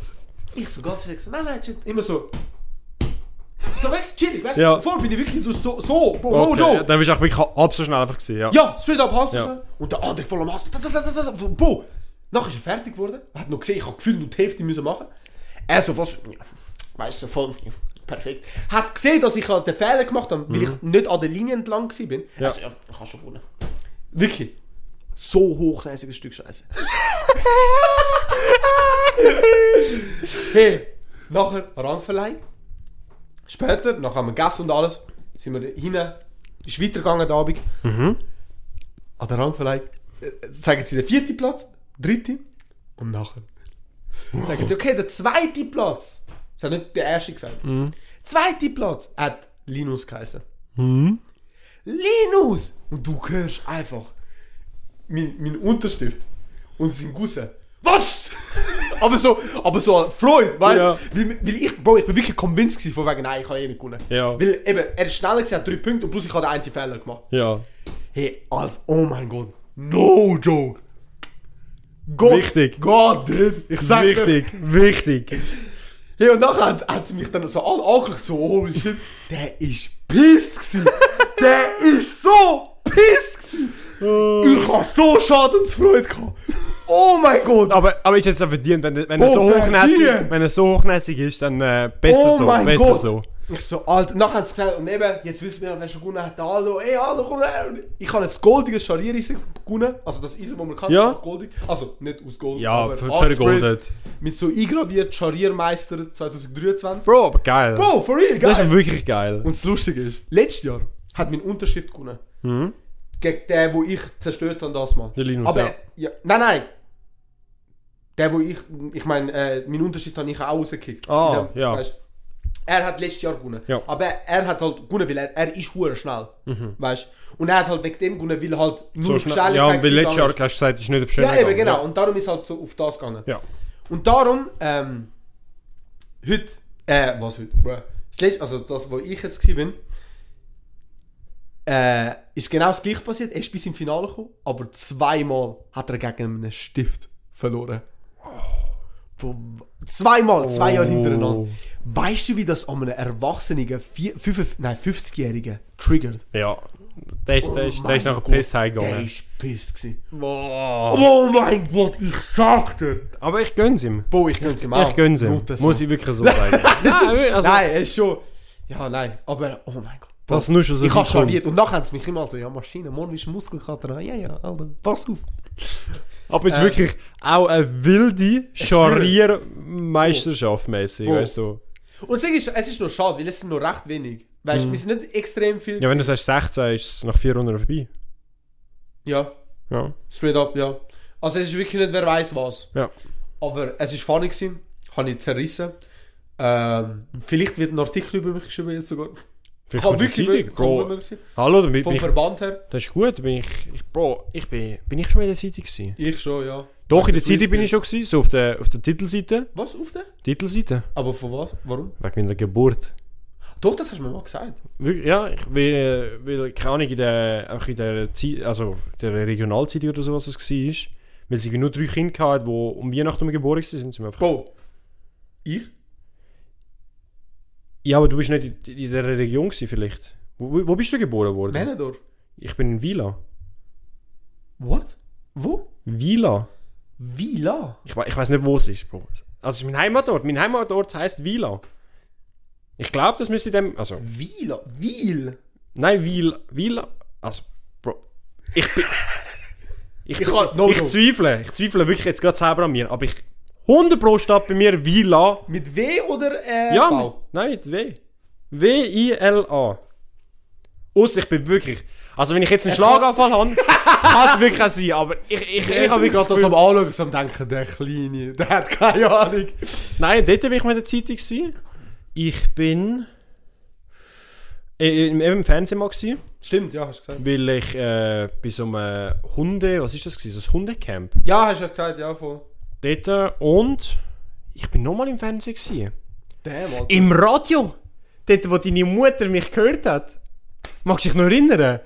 Speaker 2: ich so ganz schlecht so, nein, nein, chill. Immer so. So weg, chillig, weißt du?
Speaker 3: Ja.
Speaker 2: Vorher bin ich wirklich so, so, so, bro, Oh, no
Speaker 3: Okay.
Speaker 2: joke.
Speaker 3: ja, dann bist du auch wirklich halb so schnell einfach gewesen. Ja.
Speaker 2: Ja, straight up Hals
Speaker 3: Ja.
Speaker 2: raus. Und der andere voll am Hass. Da, da, da, da, da, Boah, Nachher ist er fertig geworden. Er hat noch gesehen, ich habe gefühlt, nur die Hälfte müssen machen. Er so was, weißt du, so voll, perfekt. Hat gesehen, dass ich halt den Fehler gemacht habe,
Speaker 3: Mhm.
Speaker 2: weil ich nicht an der Linie entlang war. bin. Er so, ja, ich kann schon gewonnen. Wirklich. So hochleisiges Stück Scheiße. hey, nachher Rangverleih. Später, nachher haben wir gegessen und alles, sind wir hinein, ist weitergegangen der Abend. An der Rangverleih äh, sagen sie den vierten Platz, dritte und nachher sagen sie, okay, der zweite Platz, das hat nicht der erste gesagt, zweite Platz hat Linus geheißen. Linus! Und du hörst einfach mein, mein Unterstift und sein Gusse. Was? aber so, aber so Freud, weißt du?
Speaker 3: Ja.
Speaker 2: Weil, weil ich, Bro, ich bin wirklich convinced gewesen, von wegen, nein, ich habe eh nicht gewonnen.
Speaker 3: Ja.
Speaker 2: Weil eben, er ist schneller gewesen, hat drei Punkte und plus ich habe den einen Fehler gemacht.
Speaker 3: Ja.
Speaker 2: Hey, als, oh mein Gott, no joke. Gott,
Speaker 3: Wichtig.
Speaker 2: Gott, dude, ich sag dir.
Speaker 3: Wichtig, wichtig.
Speaker 2: Hey, und nachher hat, hat sie mich dann so alle angeschaut, so, oh shit, der ist pissed gewesen. der ist so pissed gewesen.
Speaker 3: Oh.
Speaker 2: Ich hab so Schadensfreude gehabt. Oh mein Gott.
Speaker 3: Aber, aber ist jetzt auch verdient, wenn, wenn, er,
Speaker 2: Oh,
Speaker 3: so hochnäsig,
Speaker 2: verdient!
Speaker 3: wenn er so hochnäsig ist, dann äh, besser
Speaker 2: oh
Speaker 3: so.
Speaker 2: mein
Speaker 3: besser
Speaker 2: Gott.
Speaker 3: so.
Speaker 2: Ich so, Alter, nachher haben sie gesagt, und eben, jetzt wissen wir, wer schon gewonnen hat, der Aldo, ey Aldo, komm her. Und Ich habe ein goldiges Scharniereisen gewonnen, also das Eisen, das man kann,
Speaker 3: Ja.
Speaker 2: ist goldig. Also, nicht aus Gold,
Speaker 3: Ja, ver-
Speaker 2: Artspirit
Speaker 3: vergoldet.
Speaker 2: Mit so eingraviert Scharniermeister 2023.
Speaker 3: Bro, aber geil.
Speaker 2: Bro, for real,
Speaker 3: das
Speaker 2: geil.
Speaker 3: ist wirklich geil.
Speaker 2: Und das Lustige ist, letztes Jahr hat mein Unterschrift gewonnen. Gegen den, wo ich zerstört habe, das Mal.
Speaker 3: Hm? Der Linus,
Speaker 2: Aber,
Speaker 3: ja.
Speaker 2: ja. Nein, nein. Der, wo ich, ich meine, äh, meinen Unterschrift habe ich auch rausgekickt.
Speaker 3: Ah,
Speaker 2: In dem-
Speaker 3: ja.
Speaker 2: Weißt, er hat letztes Jahr gewonnen.
Speaker 3: Ja. Mhm.
Speaker 2: Aber er hat halt gewonnen, weil er, er ist hure schnell. Weißt Und er hat halt wegen dem gewonnen, weil er halt nur
Speaker 3: so
Speaker 2: die
Speaker 3: schnell. Ja, und
Speaker 2: Schnelligkeit
Speaker 3: weil letztes Jahr
Speaker 2: gegangen
Speaker 3: hast du gesagt, ist nicht auf
Speaker 2: ist.
Speaker 3: schön
Speaker 2: Ja, eben, genau. Und darum ist halt so auf das gegangen.
Speaker 3: Ja.
Speaker 2: Und darum, ähm, heute, äh, was heute, bruh, das letzte, also das, wo ich jetzt war, äh, ist genau das gleiche passiert. Er ist bis im Finale gekommen, aber zweimal hat er gegen einen Stift verloren. Wo- Zweimal, zwei Jahre hintereinander. Weißt du, wie das an einem Erwachsenen, vier, fünf, nein, 50-Jährigen triggert? Oh
Speaker 3: Ja. Der ist, der ist, der
Speaker 2: mein
Speaker 3: ist nachher
Speaker 2: Gott,
Speaker 3: piss
Speaker 2: Der
Speaker 3: heimgegangen.
Speaker 2: ist piss gewesen.
Speaker 3: Boah.
Speaker 2: Oh mein Gott, ich sag dir!
Speaker 3: Aber ich gönn's ihm.
Speaker 2: Boah, ich gönn's ihm auch.
Speaker 3: Ich gönn's ihm.
Speaker 2: Noten so.
Speaker 3: Muss ich wirklich so sagen. nein, also,
Speaker 2: nein, es ist schon. Ja, nein, aber oh mein Gott.
Speaker 3: Das ist nur schon so
Speaker 2: ich habe
Speaker 3: weit gekommen.
Speaker 2: scharniert und nachher haben sie mich immer so, ja Maschine, morgen ist Muskelkater. Ah, Ja, ja, Alter, pass auf.
Speaker 3: Aber es ist
Speaker 2: Äh,
Speaker 3: wirklich auch eine wilde Charriermeisterschaft mäßig,
Speaker 2: Wo?
Speaker 3: weißt du.
Speaker 2: Und das Ding ist, es ist nur schade, weil es sind nur recht wenig. Weißt du, wir sind nicht extrem viel.
Speaker 3: Mhm. Ja, wenn du
Speaker 2: gewesen.
Speaker 3: sagst 16, ist es nach vier Runden vorbei.
Speaker 2: ja,
Speaker 3: Ja.
Speaker 2: straight up, ja. Also es ist wirklich nicht, wer weiß was.
Speaker 3: Ja.
Speaker 2: Aber es war funny, gewesen, habe ich zerrissen. Ähm, vielleicht wird ein Artikel über mich geschrieben jetzt sogar.
Speaker 3: Vielleicht
Speaker 2: Kann
Speaker 3: kommt die
Speaker 2: wirklich
Speaker 3: Zeitung. Bro.
Speaker 2: möglich sein.
Speaker 3: Hallo, dann bin, bin
Speaker 2: Vom
Speaker 3: ich,
Speaker 2: Verband her.
Speaker 3: das ist gut. Bin ich, ich, Bro, ich bin, bin ich schon in der Zeitung gewesen?
Speaker 2: Ich schon, ja.
Speaker 3: Doch, in
Speaker 2: Wegen
Speaker 3: der Zeitung bin ich
Speaker 2: Swissbill.
Speaker 3: schon gewesen, so auf der, auf der Titelseite.
Speaker 2: Was, auf der?
Speaker 3: Titelseite?
Speaker 2: Aber von was? Warum?
Speaker 3: Wegen meiner Geburt.
Speaker 2: Doch, das hast du mir mal gesagt.
Speaker 3: Wirklich, ja, ich will, will keine Ahnung, in der, auch in der, Zeit, also der Regionalzeitung oder so, was es war. Weil sie nur drei Kinder hatten, die um Weihnachten herum geboren waren, sind sie mir einfach...
Speaker 2: Bro. Ich?
Speaker 3: Ja, aber du bist nicht in, in der Region gewesen, vielleicht. Wo, wo- wo bist du geboren worden?
Speaker 2: Menador.
Speaker 3: Ich bin in Vila.
Speaker 2: What? Wo?
Speaker 3: Vila?
Speaker 2: Vila?
Speaker 3: Ich, we- ich weiß nicht, wo es ist, Bro. Also, es ist mein Heimatort. Mein Heimatort heißt Vila. Ich glaube, das müsste dem... Also,
Speaker 2: Vila? Wil?
Speaker 3: nein, Vila... Vila... Also, Bro... Ich bin... ich,
Speaker 2: Ich kann- no
Speaker 3: ich
Speaker 2: joke.
Speaker 3: zweifle. Ich zweifle wirklich jetzt gerade selber an mir. Aber ich... 100 Pro steht bei mir Vila.
Speaker 2: Mit W oder äh,
Speaker 3: Ja,
Speaker 2: V?
Speaker 3: mit- nein, mit W. W-I-L-A. Ausser, ich bin wirklich... Also, wenn ich jetzt einen Schlaganfall habe, kann es wirklich auch sein, aber ich, ich, ich, habe wirklich das Gefühl,
Speaker 2: Anschauen so am Denken, der Kleine, der hat keine Ahnung.
Speaker 3: Nein, dort bin ich mit der Zeitung. Gewesen. Ich bin... äh, Im, eben im Fernsehen mal gewesen,
Speaker 2: Stimmt, ja, hast du gesagt.
Speaker 3: weil ich äh, bei so einem Hunde... Was ist das gewesen? So ein Hundecamp.
Speaker 2: Ja, hast du ja gesagt, ja, voll.
Speaker 3: Dort äh, und... Ich bin nochmal im Fernsehen. Gewesen.
Speaker 2: Damn, Alter.
Speaker 3: Im Radio! Dort, wo deine Mutter mich gehört hat. Magst du dich noch erinnern?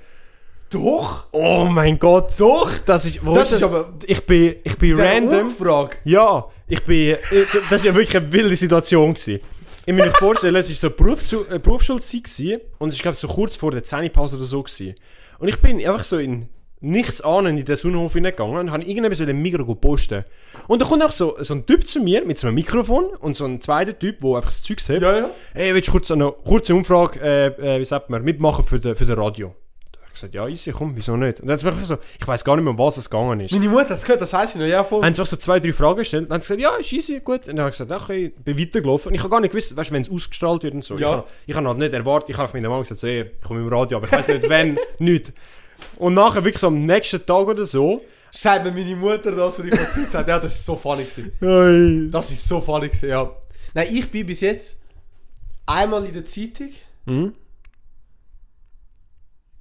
Speaker 2: Doch!
Speaker 3: Oh mein Gott. Doch! Das ist, wo
Speaker 2: Das
Speaker 3: das?
Speaker 2: ist aber-
Speaker 3: Ich bin, ich bin
Speaker 2: Der
Speaker 3: random.
Speaker 2: Umfrage.
Speaker 3: Ja, ich bin. äh, d- Das war ja wirklich eine wilde Situation. Gewesen. Ich muss mir vorstellen, es war so Berufs äh, Berufsschulzeit gewesen, und es war, glaube ich, so kurz vor der Zähnepause oder so. Gewesen. Und ich bin einfach so in nichts ahnend in den Sonnenhof hineingegangen und habe irgendetwas in dem Mikro posten. Und da kommt auch so, so ein Typ zu mir mit so einem Mikrofon und so ein zweiter Typ, der einfach das Zeug sieht.
Speaker 2: Ja, ja.
Speaker 3: Hey, willst du kurz eine kurze Umfrage, äh, äh, wie sagt man, mitmachen für den für den Radio? Da habe ich gesagt, ja, easy, komm, wieso nicht? Und dann hat sie mir einfach so, ich weiß gar nicht mehr, um was es gegangen ist.
Speaker 2: Meine Mutter hat es gehört, das weiß ich noch, nou, ja voll.
Speaker 3: Haben sie einfach so zwei, drei Fragen gestellt. Dann haben sie gesagt, ja, ist easy, gut. Und dann habe ich gesagt, okay, bin weitergelaufen. Und ich habe gar nicht gewusst, weißt du, wenn es ausgestrahlt wird und so.
Speaker 2: Ja.
Speaker 3: Ich habe ich hab halt nicht erwartet, ich habe auf meiner Mama gesagt, so, ey, ich komme im Radio, aber ich weiß nicht, wenn, nicht. Und nachher, wirklich so am nächsten Tag oder so,
Speaker 2: Sagt mir meine Mutter das und ich habe es gesagt, ja, das ist so funny gewesen.
Speaker 3: hey.
Speaker 2: Das ist so funny gewesen, ja. Nein, ich bin bis jetzt einmal in der Zeitung.
Speaker 3: Mhm.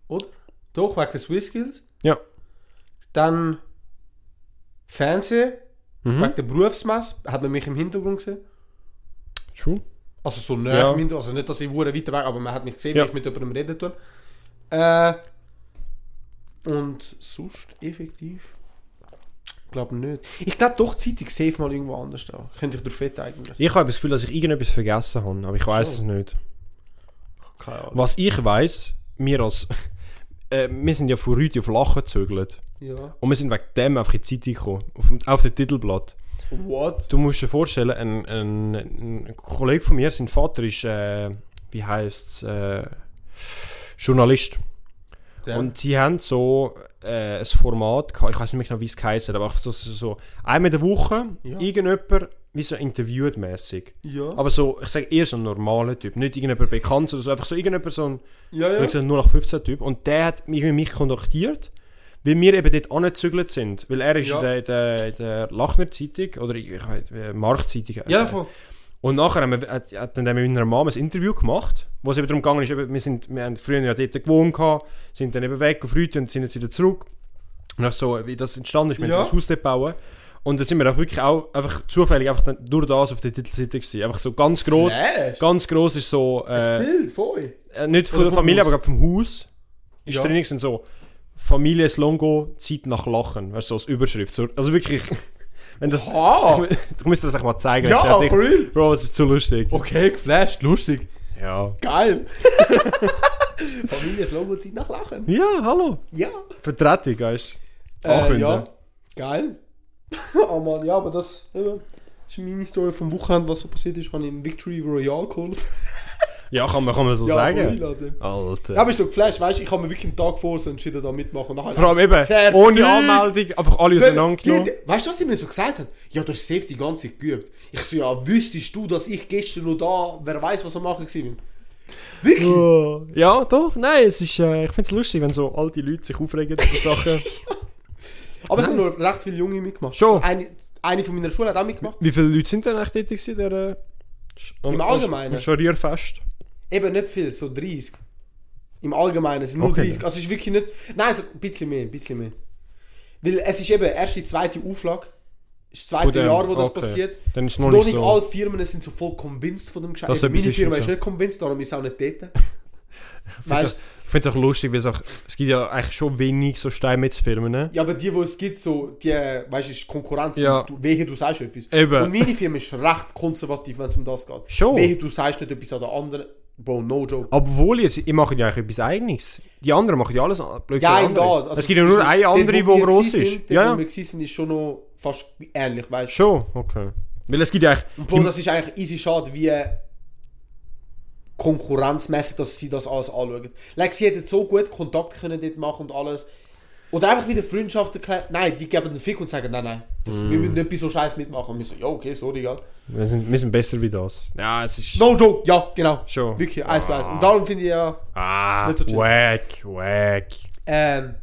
Speaker 2: Oder? Doch, wegen der Swissskills.
Speaker 3: ja,
Speaker 2: Dann Fernsehen,
Speaker 3: Mhm.
Speaker 2: wegen der Berufsmesse, hat man mich im Hintergrund gesehen.
Speaker 3: true.
Speaker 2: Also so nah
Speaker 3: Ja.
Speaker 2: im Hintergrund, also nicht, dass ich hure weit weg, aber man hat mich gesehen,
Speaker 3: Ja.
Speaker 2: wie ich mit jemandem reden tue. Äh, und sonst effektiv? Ich glaube nicht. Ich glaube doch, die Zeitung safe mal irgendwo anders da. Könnte ich durch Fett eigentlich.
Speaker 3: Ich habe das Gefühl, dass ich irgendetwas vergessen habe, aber ich weiß es nicht.
Speaker 2: Keine Ahnung.
Speaker 3: Was ich weiß, wir als, äh, wir sind ja von Rüti auf Lachen gezögert.
Speaker 2: Ja.
Speaker 3: Und wir sind wegen dem einfach in die Zeitung gekommen, auf, dem- auf dem Titelblatt.
Speaker 2: What?
Speaker 3: Du musst dir vorstellen, ein, ein, ein Kollege von mir, sein Vater ist, äh, wie heißt es, äh, Journalist.
Speaker 2: Ja.
Speaker 3: Und sie haben so äh, ein Format, gehabt, ich weiß nicht mehr genau, wie es geheißen, aber einfach so, so, so einmal in der Woche
Speaker 2: Ja.
Speaker 3: irgendjemand wie so interviewt mäßig.
Speaker 2: Ja.
Speaker 3: Aber so, ich sage eher so ein normaler Typ, nicht irgendjemand bekannt oder so, einfach so irgendjemand so ein
Speaker 2: ja, ja.
Speaker 3: ja. so ein 0815 Typ. Und der hat mich, mich kontaktiert, weil wir eben dort angezügelt sind. Weil er ist
Speaker 2: Ja.
Speaker 3: in der, in der, in der Lachner Zeitung oder ich, ich weiß, äh, Marktzeitung. äh,
Speaker 2: Ja, voll.
Speaker 3: und nachher haben wir, hat, hat dann mit meiner Mama ein Interview gemacht, wo es eben darum gegangen ist, eben, wir, sind, wir haben früher ja dort gewohnt, gehabt, sind dann eben weg auf Rüte und sind jetzt wieder zurück. Und auch so, wie das entstanden ist, wir
Speaker 2: Ja.
Speaker 3: haben das Haus dort bauen. Und dann sind wir auch wirklich auch einfach zufällig einfach dann durch das auf der Titelseite gewesen. Einfach so ganz gross.
Speaker 2: Flash.
Speaker 3: Ganz gross ist so...
Speaker 2: Das
Speaker 3: Äh,
Speaker 2: Bild, voll.
Speaker 3: äh, nicht von
Speaker 2: Oder
Speaker 3: der
Speaker 2: vom
Speaker 3: Familie,
Speaker 2: Haus.
Speaker 3: aber gerade vom Haus. Ist
Speaker 2: Ja.
Speaker 3: drin gewesen, so Familie Slongo, Zeit nach Lachen. Weißt du, so als Überschrift. So, also wirklich, wenn das.
Speaker 2: Oha!
Speaker 3: Du musst dir das echt mal zeigen.
Speaker 2: Ja,
Speaker 3: Ich dachte,
Speaker 2: for real.
Speaker 3: Bro, das ist zu lustig.
Speaker 2: Okay, geflasht, lustig.
Speaker 3: Ja.
Speaker 2: Geil. Familienslogo zieht nach Lachen.
Speaker 3: Ja, hallo.
Speaker 2: Ja.
Speaker 3: Vertretung, weißt du?
Speaker 2: Äh,
Speaker 3: Ankünden.
Speaker 2: ja. Geil. oh Mann, ja, aber das, eben, das ist meine Story vom Wochenende, was so passiert ist. Habe ich im Victory Royale geholt.
Speaker 3: Ja, kann man, kann man so sagen.
Speaker 2: voll, Alter.
Speaker 3: Alter.
Speaker 2: Ja, aber ist doch geflasht, weißt du, ich habe mir wirklich einen Tag vor so entschieden, da mitmachen. Nachher
Speaker 3: Vor allem eben,
Speaker 2: Sehr viel.
Speaker 3: ohne Anmeldung, einfach alle
Speaker 2: Die-
Speaker 3: auseinandergenommen.
Speaker 2: die- Weißt du, was sie mir so gesagt haben? Ja, du hast safe die ganze Zeit geübt. Ich so, ja, wüsstest du, dass ich gestern noch da, wer weiß, was am machen gewesen bin? Wirklich?
Speaker 3: Oh. Ja, doch, nein, es ist, äh, ich finde es lustig, wenn so alte Leute sich aufregen über Sachen.
Speaker 2: Aber es haben nur recht viele Junge mitgemacht.
Speaker 3: Schon.
Speaker 2: Eine, eine von meiner Schule hat auch mitgemacht.
Speaker 3: Wie viele Leute sind denn eigentlich tätig gewesen, der, äh, Sch- am- am-
Speaker 2: Allgemeinen?
Speaker 3: Am Scharierfest.
Speaker 2: Eben nicht viel, so 30. Im Allgemeinen sind nur
Speaker 3: Okay.
Speaker 2: 30. Also es ist wirklich nicht. Nein, so ein bisschen mehr, ein bisschen mehr. Weil es ist eben erst die zweite Auflage. Ist das
Speaker 3: Von
Speaker 2: zweite
Speaker 3: dem-
Speaker 2: Jahr, wo das
Speaker 3: okay.
Speaker 2: passiert.
Speaker 3: Dann ist es noch
Speaker 2: Noch
Speaker 3: nicht
Speaker 2: nicht
Speaker 3: so.
Speaker 2: alle Firmen sind so voll convinced von dem Geschäft.
Speaker 3: Dass
Speaker 2: Meine
Speaker 3: etwas ist
Speaker 2: Firma
Speaker 3: und
Speaker 2: ist
Speaker 3: so.
Speaker 2: nicht convinced, darum ist sie auch nicht dort.
Speaker 3: Ich
Speaker 2: weißt du?
Speaker 3: finde es auch lustig, weil es, auch, es gibt ja eigentlich schon wenig so Steinmetzfirmen. Ne?
Speaker 2: Ja, aber die, die es gibt, so, die, weißt du, ist Konkurrenz.
Speaker 3: Ja.
Speaker 2: Du, wehe, du sagst etwas.
Speaker 3: Eben.
Speaker 2: Und meine Firma ist recht konservativ, wenn es um das geht.
Speaker 3: Schon. Ah,
Speaker 2: Wehe, du sagst nicht etwas an der anderen. Bro, no joke.
Speaker 3: Obwohl, ihr, ihr macht ja eigentlich etwas Eigenes. Die anderen machen ja alles an- blöd
Speaker 2: Ja, egal.
Speaker 3: für andere.
Speaker 2: Also
Speaker 3: es gibt ja nur
Speaker 2: zum
Speaker 3: eine
Speaker 2: Beispiel,
Speaker 3: andere, die
Speaker 2: dort, wo wir
Speaker 3: gross
Speaker 2: gewesen
Speaker 3: ist.
Speaker 2: Sind,
Speaker 3: Ja,
Speaker 2: ja.
Speaker 3: ja.
Speaker 2: Wir gewesen sind, ist schon noch fast ähnlich, weißt du?
Speaker 3: Schon, okay. Weil es gibt ja eigentlich...
Speaker 2: Bro, das ist eigentlich easy schade, wie konkurrenzmäßig, dass sie das alles anschauen. Like, sie hätten so gut Kontakt können dort machen und alles. Oder einfach wieder Freundschaften klären. Nein, die geben den Fick und sagen, nein, nein, das, wir müssen nicht bei so Scheiß mitmachen. Und wir so, ja, okay, sorry, ja.
Speaker 3: wir, sind, wir sind besser wie das. Ja, es ist...
Speaker 2: No joke, ja, genau.
Speaker 3: Schon.
Speaker 2: Wirklich, eins zu eins. Und darum finde ich ja,
Speaker 3: Ah,
Speaker 2: Nicht so chill.
Speaker 3: wack, wack.
Speaker 2: ähm,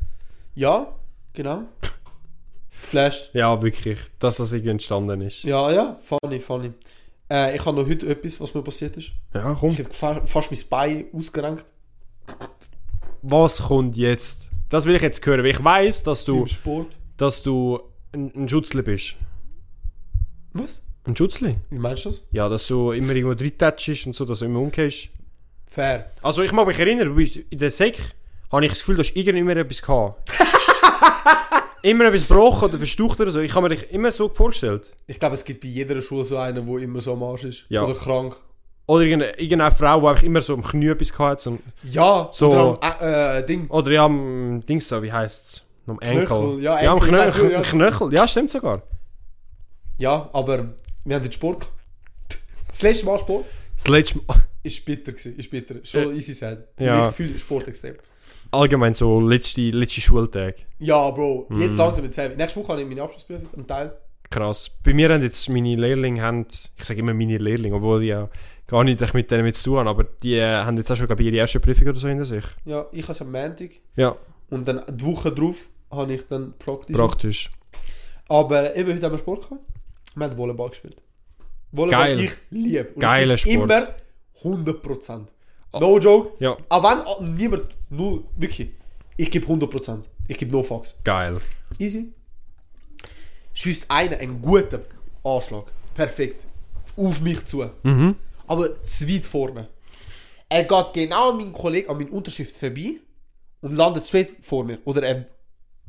Speaker 2: ja, genau. Geflasht.
Speaker 3: Ja, wirklich. Dass das irgendwie entstanden ist. Ja,
Speaker 2: Ja, ja, funny, funny. Äh, ich habe noch heute etwas, was mir passiert ist.
Speaker 3: komm.
Speaker 2: Ich habe fa fast mein Bein ausgerenkt
Speaker 3: Was kommt jetzt? Das will ich jetzt hören, weil ich weiß, dass du,
Speaker 2: im Sport.
Speaker 3: dass du ein, ein Schutzli bist.
Speaker 2: Was?
Speaker 3: Ein Schutzli?
Speaker 2: Wie meinst du das?
Speaker 3: Ja, dass du immer irgendwo reintatschst und so, dass du immer umgehst.
Speaker 2: Fair.
Speaker 3: Also ich mag mich erinnern, du bist in der Sek habe ich das Gefühl, dass irgend immer etwas gehabt. immer etwas gebrochen oder verstaucht oder so. Ich habe mir dich immer so vorgestellt.
Speaker 2: Ich glaube, es gibt bei jeder Schule so einen, der immer so am Arsch ist.
Speaker 3: Ja.
Speaker 2: Oder krank.
Speaker 3: Oder irgendeine, irgendeine Frau, die einfach immer so am Knie etwas gehabt hat. So, ein-
Speaker 2: Ja,
Speaker 3: So.
Speaker 2: oder am äh, äh, Ding.
Speaker 3: oder ja, am Dings da, wie heisst es? Am
Speaker 2: Knöchel,
Speaker 3: Enkel.
Speaker 2: ja,
Speaker 3: am
Speaker 2: Enkel,
Speaker 3: Knöchel,
Speaker 2: weiss ich, ja.
Speaker 3: am Knöchel. Ja, stimmt sogar.
Speaker 2: Ja, aber wir haben jetzt Sport gehabt. Das letzte Mal Sport
Speaker 3: Das letzte Mal,
Speaker 2: ist bitter gewesen, ist bitter. Schon easy said.
Speaker 3: ja.
Speaker 2: Ich fühle Sport extrem.
Speaker 3: allgemein so, letzte, letzte Schultag.
Speaker 2: Ja, Bro, jetzt langsam wird's heavy. Nächste Woche habe ich meine Abschlussprüfung, einen Teil.
Speaker 3: Krass. Bei mir haben jetzt meine Lehrlinge, haben, ich sage immer meine Lehrlinge, obwohl ich ja gar nicht echt mit denen mit zu tun habe, aber die äh, haben jetzt auch schon, glaube ich, ihre erste Prüfung oder so hinter sich.
Speaker 2: Ja, ich habe es am Montag.
Speaker 3: Ja,
Speaker 2: Und dann die Woche drauf habe ich dann praktisch.
Speaker 3: praktisch.
Speaker 2: Aber eben heute haben wir Sport gehabt. Wir haben Volleyball gespielt. Volleyball,
Speaker 3: Geil.
Speaker 2: ich liebe. Und
Speaker 3: Geiler
Speaker 2: ich bin
Speaker 3: Sport. Ah.
Speaker 2: Immer 100%. No joke.
Speaker 3: Ja,
Speaker 2: Auch wenn auch niemand, nur wirklich, ich gebe 100%. Ich gebe no fucks.
Speaker 3: geil.
Speaker 2: Easy. Schießt einer einen guten Anschlag. Perfekt. Auf mich zu.
Speaker 3: Mhm.
Speaker 2: Aber zu weit vorne. Er geht genau an meinen Kollegen, an meinen Unterschrift vorbei und landet straight vor mir. Oder er,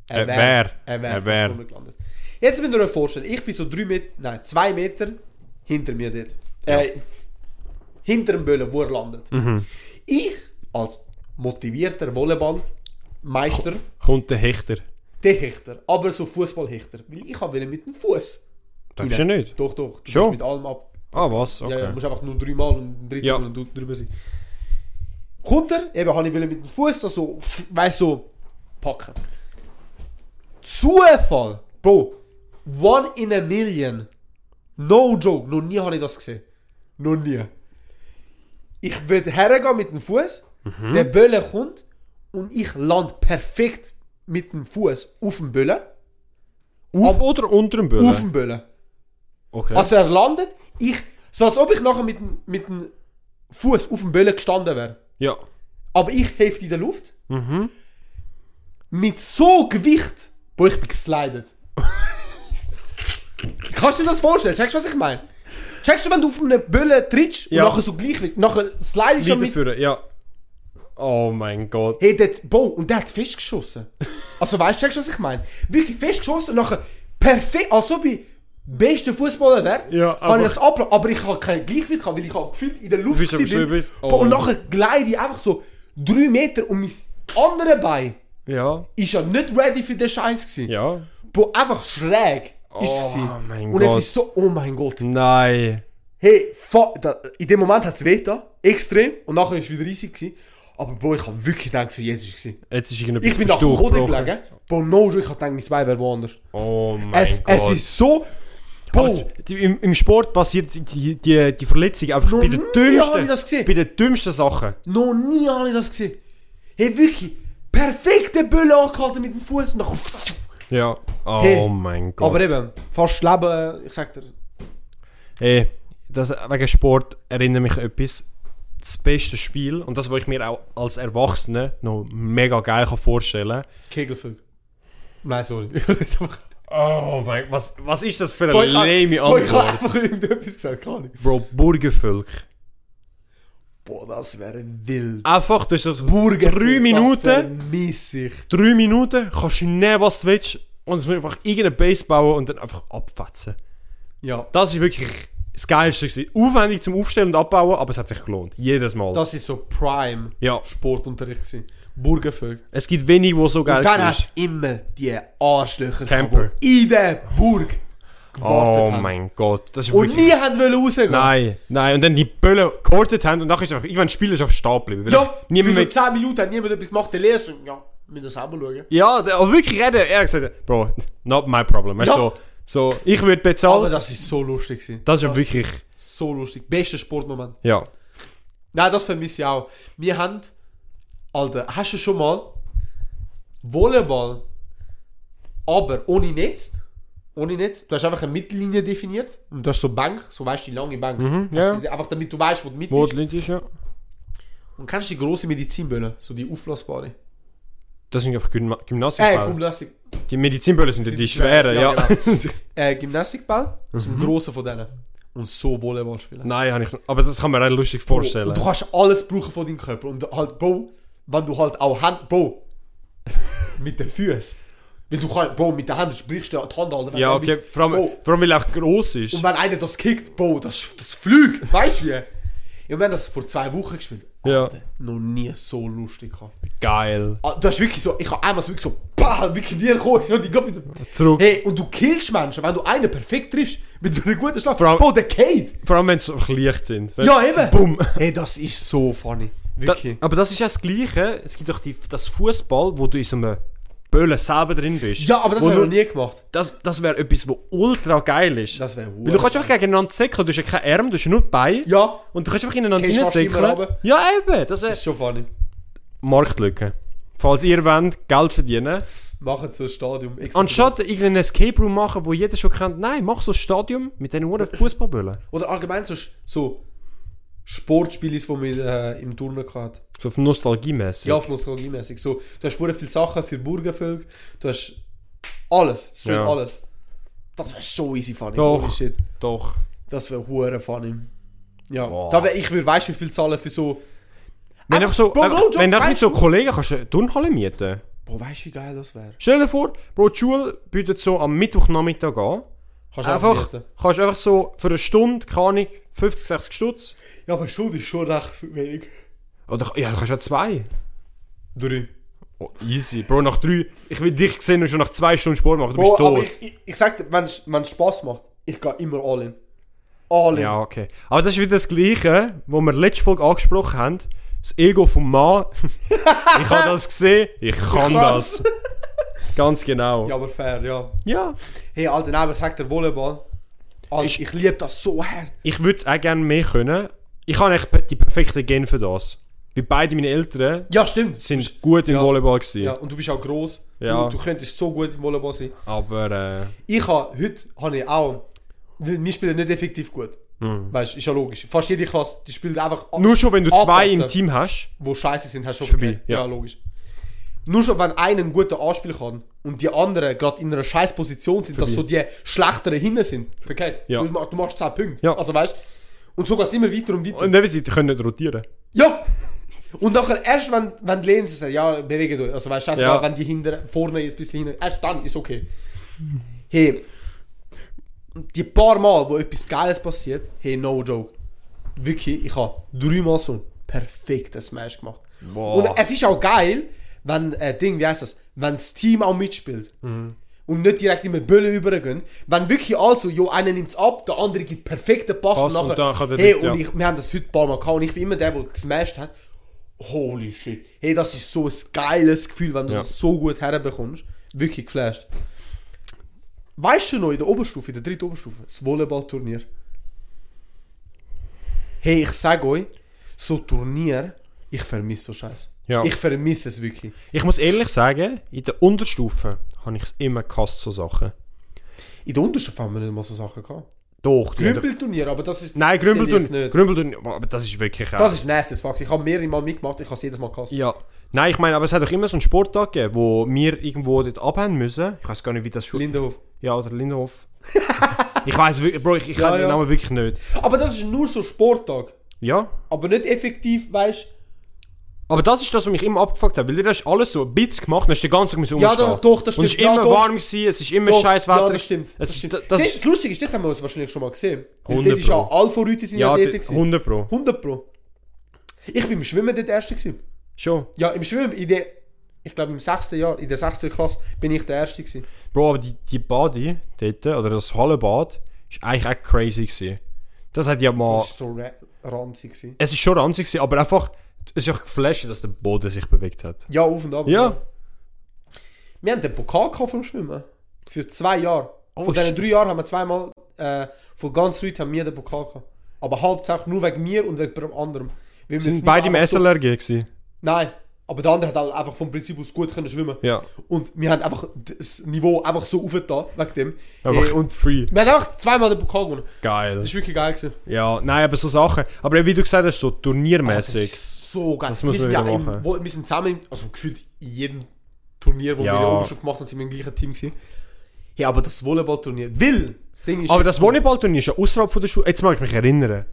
Speaker 3: Er wär.
Speaker 2: Er
Speaker 3: Er
Speaker 2: wäre
Speaker 3: wär.
Speaker 2: vor mir gelandet. Jetzt müsst ihr euch vorstellen, ich bin so drei Meter, nein, zwei Meter hinter mir dort. Äh, hinter dem Böllen, wo er landet.
Speaker 3: Mhm.
Speaker 2: Ich, als motivierter Volleyballmeister,
Speaker 3: Kommt der Hechter.
Speaker 2: der Hechter, aber so Fußballhechter. Weil ich habe mit dem Fuß.
Speaker 3: Darfst du nicht?
Speaker 2: Doch, doch. Du
Speaker 3: Schon?
Speaker 2: musst mit allem ab.
Speaker 3: Ah, was? Okay.
Speaker 2: Ja, ja, du musst einfach nur dreimal und dritmal
Speaker 3: Ja.
Speaker 2: und du- drüber sein. Kommt er, eben habe ich wollen mit dem Fuß das so, weißt so, packen. Zufall! Bro, one in a million. No joke, noch nie habe ich das gesehen. Noch nie. Ich würde hergehen mit dem Fuß,
Speaker 3: Mhm.
Speaker 2: der Böller kommt und ich lande perfekt mit dem Fuß auf dem Böller.
Speaker 3: Auf oder unter dem Böllen?
Speaker 2: Auf dem Böller.
Speaker 3: Okay.
Speaker 2: Also er landet, ich, so als ob ich nachher mit, dem- mit dem Fuß auf dem Böllen gestanden wäre.
Speaker 3: ja.
Speaker 2: Aber ich helfe in der Luft. Mit so Gewicht, wo ich bin geslidet. Kannst du dir das vorstellen? Checkst du, was ich meine? Checkst du, wenn du auf einem Böllen trittst
Speaker 3: Ja.
Speaker 2: und nachher so gleich wird, nachher slidest du
Speaker 3: Wieder
Speaker 2: mit...
Speaker 3: führen, ja. Oh mein Gott.
Speaker 2: Hey, der, boah, und der hat Fisch geschossen. Also weißt du, checkst du, was ich meine? Wirklich Fisch geschossen und nachher perfekt, als ob ich bester Fußballer wäre.
Speaker 3: Ja,
Speaker 2: aber...
Speaker 3: aber-
Speaker 2: Habe ich das abgelassen, aber ich habe kein Gleichgewicht gehabt, weil ich habe gefühlt in der Luft
Speaker 3: Du bist aber
Speaker 2: gewesen
Speaker 3: so
Speaker 2: bin.
Speaker 3: übelst-
Speaker 2: Boah, Und
Speaker 3: oh.
Speaker 2: nachher gleite ich einfach so drei Meter und mein andere Bein
Speaker 3: Ja.
Speaker 2: ist ja nicht ready für den Scheiß gewesen.
Speaker 3: Ja.
Speaker 2: Boah, einfach schräg ist
Speaker 3: Oh,
Speaker 2: gewesen.
Speaker 3: mein
Speaker 2: und
Speaker 3: Gott.
Speaker 2: es ist so, oh mein Gott.
Speaker 3: Nein.
Speaker 2: Hey, fa- da, in dem Moment hat es weh da, extrem. Und nachher ist es wieder riesig gewesen. Aber boah, ich habe wirklich gedacht, so jetzt ist es gewesen.
Speaker 3: Jetzt ist irgendetwas
Speaker 2: Ich bin nach dem Boden
Speaker 3: durchgebrochen.
Speaker 2: gelegen. Bro, no joke, ich hab gedacht, mein Bein wäre woanders.
Speaker 3: Oh mein
Speaker 2: Es,
Speaker 3: Gott.
Speaker 2: es ist so...
Speaker 3: Also,
Speaker 2: Bro,
Speaker 3: die, im, Im Sport passiert die, die, die Verletzung einfach
Speaker 2: Noch
Speaker 3: bei den
Speaker 2: nie habe ich das
Speaker 3: dümmsten,
Speaker 2: gesehen.
Speaker 3: bei den dümmsten Sachen.
Speaker 2: noch nie habe ich das gesehen. Hey, wirklich, perfekte Bölle angehalten mit dem Fuß. und nachher-
Speaker 3: Ja. Oh
Speaker 2: Hey,
Speaker 3: mein Gott.
Speaker 2: Aber eben, fast das Leben, äh, ich sag dir...
Speaker 3: Hey, Äh, das, wegen Sport erinnert mich an etwas. Das beste Spiel und das, was ich mir auch als Erwachsener noch mega geil kann vorstellen
Speaker 2: Kegelflug. Nein, sorry. Ich hab jetzt einfach-
Speaker 3: Oh mein Gott, was, was ist das für eine
Speaker 2: Boah, ich hab-
Speaker 3: lame
Speaker 2: boah, ich hab
Speaker 3: Antwort?
Speaker 2: einfach irgendetwas gesagt, keine Ahnung.
Speaker 3: Bro, Burgervölk.
Speaker 2: Boah, das wäre wild.
Speaker 3: Einfach, du hast das drei
Speaker 2: Das
Speaker 3: Minuten,
Speaker 2: vermiss ich.
Speaker 3: drei Minuten, kannst du nehmen, was du willst und es muss einfach irgendeinen Base bauen und dann einfach abfetzen.
Speaker 2: Ja.
Speaker 3: Das ist wirklich das Geilste. Gewesen. Aufwendig zum Aufstellen und Abbauen, aber es hat sich gelohnt. Jedes Mal.
Speaker 2: Das ist so Prime
Speaker 3: Ja.
Speaker 2: Sportunterricht gewesen. Burgervögel.
Speaker 3: es gibt wenige, die so geil
Speaker 2: Und dann
Speaker 3: sind.
Speaker 2: hat es immer die Arschlöcher
Speaker 3: Camper.
Speaker 2: gehabt, die in der Burg gewartet
Speaker 3: Oh
Speaker 2: haben.
Speaker 3: mein Gott. Das ist
Speaker 2: Und
Speaker 3: wirklich...
Speaker 2: nie haben wollen rausgehen.
Speaker 3: Nein, nein. Und dann die Böllen gehortet haben und nachher ist einfach... Irgendwann das Spiel ist einfach stehen geblieben. Weil
Speaker 2: Ja,
Speaker 3: Niemand
Speaker 2: für so
Speaker 3: mehr...
Speaker 2: 10 Minuten hat niemand etwas gemacht. Der Lehrer so, ja, müssen wir selber schauen.
Speaker 3: Ja, der- aber wirklich reden. Er hat gesagt, Bro, not my problem. Weißt,
Speaker 2: Ja.
Speaker 3: so, so, ich würde bezahlen.
Speaker 2: Aber
Speaker 3: Das,
Speaker 2: das ist so lustig gewesen.
Speaker 3: ist ja wirklich...
Speaker 2: So lustig. Bester Sportmoment.
Speaker 3: Ja.
Speaker 2: Nein, das vermisse ich auch. Wir haben... Alter, hast du schon mal Volleyball, aber ohne Netz? Ohne Netz. Du hast einfach eine Mittellinie definiert. Und du hast so Bank, so weißt du, die lange Bank.
Speaker 3: Mhm, ja.
Speaker 2: Hast du- Einfach damit du weißt, wo die Mitte
Speaker 3: Wo
Speaker 2: ist.
Speaker 3: die Leute ist, ja.
Speaker 2: Und kennst du die grosse Medizinbölle? So die auflassbare.
Speaker 3: Das sind einfach Gymna
Speaker 2: Äh,
Speaker 3: Gymnastikbälle.
Speaker 2: Gymnastik.
Speaker 3: die Medizinbälle sind, die schweren, ja.
Speaker 2: genau. äh, Gymnastikball, das ist ein grosser von denen. Und so Volleyball spielen.
Speaker 3: Nein, hab ich, aber das kann man auch lustig vorstellen.
Speaker 2: Oh, Und du kannst alles brauchen von deinem Körper. Und halt, Bro, wenn du halt auch Hand, Bro, mit den Füßen. Weil du kannst, Bro, mit den Händen sprichst du ja die Hand, Alter. Wenn
Speaker 3: ja,
Speaker 2: du
Speaker 3: okay,
Speaker 2: mit-
Speaker 3: vor allem,
Speaker 2: Bro,
Speaker 3: vor allem weil er auch gross ist.
Speaker 2: und wenn einer das kickt, Bro, das, das fliegt. Weißt du wie? Ja, wir haben das vor zwei Wochen gespielt.
Speaker 3: Ja.
Speaker 2: Alter, noch nie so lustig gehabt.
Speaker 3: Geil.
Speaker 2: Ah, das ist wirklich so, ich habe einmal so wirklich so, bah, wirklich wie er gekommen ist und ich glaub wieder...
Speaker 3: Zurück.
Speaker 2: Hey, und du killst Menschen, wenn du einen perfekt triffst, mit so einer guten Schlag.
Speaker 3: Vor allem-
Speaker 2: Boah, der geht!
Speaker 3: Vor allem, wenn sie einfach leicht sind.
Speaker 2: Ja, eben!
Speaker 3: Bumm.
Speaker 2: Hey, das ist so funny.
Speaker 3: Da,
Speaker 2: Wirklich.
Speaker 3: aber das ist ja das Gleiche. Es gibt doch die, das Fußball, wo du in so einem Böllen selber drin bist.
Speaker 2: ja, aber das
Speaker 3: Wo
Speaker 2: habe ich noch
Speaker 3: du-
Speaker 2: nie gemacht.
Speaker 3: Das, das wäre etwas, wo ultra geil ist.
Speaker 2: Das wäre
Speaker 3: Weil du kannst einfach gegeneinander säckeln, du hast ja keinen Arm, du hast ja nur die Beine.
Speaker 2: Ja,
Speaker 3: Und du kannst einfach ineinander
Speaker 2: Gehst fast
Speaker 3: reinsäckeln.
Speaker 2: immer runter.
Speaker 3: Ja, eben. Das
Speaker 2: das
Speaker 3: ist
Speaker 2: ist schon funny.
Speaker 3: Marktlücke. Falls ihr wollt, Geld verdienen.
Speaker 2: Machen so ein Stadion. Ich sag dir
Speaker 3: Anstatt irgendeinen Escape Room machen, wo jeder schon kennt. Nein, mach so ein Stadion mit diesen hohen Fußballböllen.
Speaker 2: das. Oder allgemein so, so Sportspiele, die man äh, im Turnen hat.
Speaker 3: So auf Nostalgie-mässig.
Speaker 2: Ja, auf nostalgiemäßig. So, du hast sehr viele Sachen für Burgenvögel. Du hast alles, so
Speaker 3: Ja.
Speaker 2: alles. Das wäre so easy funny.
Speaker 3: Doch.
Speaker 2: holy shit.
Speaker 3: Doch.
Speaker 2: Das wäre hure funny. Ja,
Speaker 3: Boah.
Speaker 2: da wär, ich würde weißt wie viel zahlen für so.
Speaker 3: Wenn einfach so,
Speaker 2: Bro,
Speaker 3: einfach-
Speaker 2: Bro, Job,
Speaker 3: wenn einfach mit
Speaker 2: weißt
Speaker 3: so
Speaker 2: du-
Speaker 3: Kollegen kannst du eine Turnhalle mieten.
Speaker 2: Bro, weißt du, wie geil das wäre?
Speaker 3: Stell dir vor, Bro, die Schule bietet so am Mittwochnachmittag an.
Speaker 2: Kannst du
Speaker 3: Einfach,
Speaker 2: einfach. mieten.
Speaker 3: kannst einfach so für eine Stunde, keine Ahnung, 50, 60 Stutz.
Speaker 2: Ja, aber Schuld ist schon recht wenig.
Speaker 3: Oder, ja, du kannst auch zwei.
Speaker 2: Drei.
Speaker 3: Oh, easy. Bro, nach drei, ich will dich sehen und schon nach zwei Stunden Sport machen, du
Speaker 2: Bro,
Speaker 3: bist
Speaker 2: aber
Speaker 3: tot.
Speaker 2: ich, ich, ich sag dir, wenn es Spass macht, ich gehe immer all in. All in.
Speaker 3: Ja, okay. Aber das ist wieder das Gleiche, was wir letzte Folge angesprochen haben. Das Ego vom Mann. ich habe das gesehen, ich kann
Speaker 2: kann's.
Speaker 3: das. Ganz genau.
Speaker 2: Ja,
Speaker 3: Ja.
Speaker 2: aber fair, ja. Hey, Alter, nein, aber ich sag dir, Volleyball. Alter, ich, liebe das so hart.
Speaker 3: Ich würde es auch gerne mehr können. Ich habe echt pe- die perfekte Gen für das. Weil beide meine Eltern
Speaker 2: Ja, stimmt.
Speaker 3: sind gut im
Speaker 2: Ja.
Speaker 3: Volleyball gewesen.
Speaker 2: Ja, und du bist auch gross.
Speaker 3: Ja.
Speaker 2: Du, du könntest so gut im Volleyball sein.
Speaker 3: Aber, äh,
Speaker 2: Ich habe heute habe ich auch. Wir spielen nicht effektiv gut. Weißt du, ist ja logisch. Fast jede Klasse, die spielt einfach.
Speaker 3: Mhm. nur schon wenn du zwei
Speaker 2: anpassen,
Speaker 3: im Team hast.
Speaker 2: Wo scheiße sind, hast du
Speaker 3: Ist
Speaker 2: schon
Speaker 3: vorbei,
Speaker 2: verkehrt.
Speaker 3: ja.
Speaker 2: Ja. logisch. Nur schon, wenn einer einen guten Anspiel kann und die anderen gerade in einer scheiß Position sind, dass so die schlechteren hinten sind. Verkehrt.
Speaker 3: Ja.
Speaker 2: Du, ma- du machst 10 Punkte.
Speaker 3: Ja.
Speaker 2: Also weißt du. Und so geht es immer weiter und weiter.
Speaker 3: Und dann sie können nicht rotieren.
Speaker 2: Ja! Und nachher erst, wenn, wenn die Lehne so sagt, ja, bewege euch. Also weißt du,
Speaker 3: Ja.
Speaker 2: ja. wenn die hinter, vorne jetzt ein bisschen hinter, erst dann ist okay. Hey, die paar Mal, wo etwas Geiles passiert, hey, no joke. Wirklich, ich habe dreimal so einen perfekten Smash gemacht. Und es ist auch geil, wenn, äh, Ding, wie heißt das, wenn das Team auch mitspielt. Und nicht direkt immer Böllen übergehen. Wenn wirklich also, jo, einer nimmt es ab, der andere gibt perfekten Pass,
Speaker 3: Pass
Speaker 2: und
Speaker 3: und
Speaker 2: nachher,
Speaker 3: dann kann der
Speaker 2: hey,
Speaker 3: dritte, ja.
Speaker 2: und ich, wir haben das heute ein paar Mal gehabt und ich bin immer der, der gesmashed hat. Holy shit. Hey, das ist so ein geiles Gefühl, wenn du
Speaker 3: Ja.
Speaker 2: das so gut herbekommst. Wirklich geflasht. Weißt du noch, in der Oberstufe, in der dritten Oberstufe, das Volleyballturnier. Hey, ich sag euch, so Turnier, ich vermisse so Scheiß.
Speaker 3: Ja.
Speaker 2: Ich vermisse es wirklich.
Speaker 3: Ich muss ehrlich sagen, in der Unterstufe habe ich es immer gehasst, so Sachen.
Speaker 2: In der Unterstufe haben wir nicht mal so Sachen gehabt.
Speaker 3: Doch, die haben-
Speaker 2: Grümpelturnier, aber das ist.
Speaker 3: Nein,
Speaker 2: das sind jetzt
Speaker 3: Grümbeltun.
Speaker 2: nicht.
Speaker 3: Grümbeltun. Aber das ist wirklich.
Speaker 2: Das ist nasty as fuck. Ich habe mehrere Mal mitgemacht, ich habe es jedes Mal gehasst.
Speaker 3: Ja. Nein, ich meine, aber es hat doch immer so einen Sporttag gegeben, wo wir irgendwo dort abhängen müssen. Ich weiß gar nicht, wie das schon.
Speaker 2: Lindenhof.
Speaker 3: ja, oder Lindenhof. ich weiß wirklich, Bro, ich, ich
Speaker 2: Ja,
Speaker 3: kenne den
Speaker 2: ja.
Speaker 3: Namen wirklich nicht.
Speaker 2: Aber das ist nur so Sporttag.
Speaker 3: Ja.
Speaker 2: Aber nicht effektiv, weißt du?
Speaker 3: Aber das ist das, was mich immer abgefuckt hat, weil du hast alles so ein bisschen gemacht und hast den ganzen Tag müssen
Speaker 2: Ja,
Speaker 3: umstehen.
Speaker 2: doch, doch, das
Speaker 3: Und es ist
Speaker 2: stimmt. Ja,
Speaker 3: immer
Speaker 2: doch.
Speaker 3: warm gewesen, es ist immer
Speaker 2: Doch,
Speaker 3: scheiß Wetter.
Speaker 2: Ja, das stimmt.
Speaker 3: Es,
Speaker 2: Das, stimmt.
Speaker 3: Das, das,
Speaker 2: Dort- das Lustige ist, dort haben wir uns wahrscheinlich schon mal gesehen. 100
Speaker 3: 100
Speaker 2: dort ist ja
Speaker 3: Pro.
Speaker 2: Alpha-Leute sind
Speaker 3: ja,
Speaker 2: ja, dort.
Speaker 3: d-
Speaker 2: gewesen.
Speaker 3: 100 Pro.
Speaker 2: 100 Pro. Ich bin im Schwimmen dort der Erste. Gewesen.
Speaker 3: Schon.
Speaker 2: Ja, im Schwimmen, in der, ich glaube im sechsten Jahr, in der sechsten Klasse, bin ich der Erste. Gewesen.
Speaker 3: Bro, aber die, die Body dort, oder das Hallenbad, ist eigentlich auch crazy gewesen. Das hat ja mal...
Speaker 2: Das war so ra ranzig. Gewesen.
Speaker 3: Es ist schon ranzig gewesen, aber einfach... Es ist auch geflasht, dass der Boden sich bewegt hat.
Speaker 2: Ja, auf und ab.
Speaker 3: Ja.
Speaker 2: Wir haben den Pokal gehabt vom Schwimmen. Für zwei Jahre.
Speaker 3: Oh,
Speaker 2: von diesen
Speaker 3: shit.
Speaker 2: drei Jahren haben wir zweimal, äh, von ganz Leuten haben wir den Pokal gehabt. Aber hauptsächlich nur wegen mir und wegen jemand anderem. Weil wir es
Speaker 3: Sind
Speaker 2: nicht
Speaker 3: beide im
Speaker 2: einfach so-
Speaker 3: SLRG gewesen.
Speaker 2: Nein, aber der andere hat halt einfach vom Prinzip aus gut können schwimmen.
Speaker 3: Ja.
Speaker 2: Und wir haben einfach das Niveau einfach so aufgetan, wegen dem.
Speaker 3: Einfach
Speaker 2: Äh, und
Speaker 3: free.
Speaker 2: wir haben einfach zweimal den Pokal gewonnen.
Speaker 3: Geil.
Speaker 2: Das ist wirklich geil gewesen.
Speaker 3: Ja, nein, aber so Sachen. Aber wie du gesagt hast, so
Speaker 2: Das
Speaker 3: turniermäßig.
Speaker 2: ist so geil.
Speaker 3: Das muss
Speaker 2: wir sind
Speaker 3: man wieder
Speaker 2: ja im-
Speaker 3: machen.
Speaker 2: wo- wir sind zusammen, im- also gefühlt in jedem Turnier, wo
Speaker 3: Ja.
Speaker 2: wir in der Oberstufe gemacht haben, sind wir im gleichen Team gewesen. Ja, aber das Volleyballturnier, will. Das Ding ist
Speaker 3: Aber
Speaker 2: jetzt-
Speaker 3: das Volleyballturnier ist ja außerhalb von der Schule. Jetzt mag ich mich erinnern.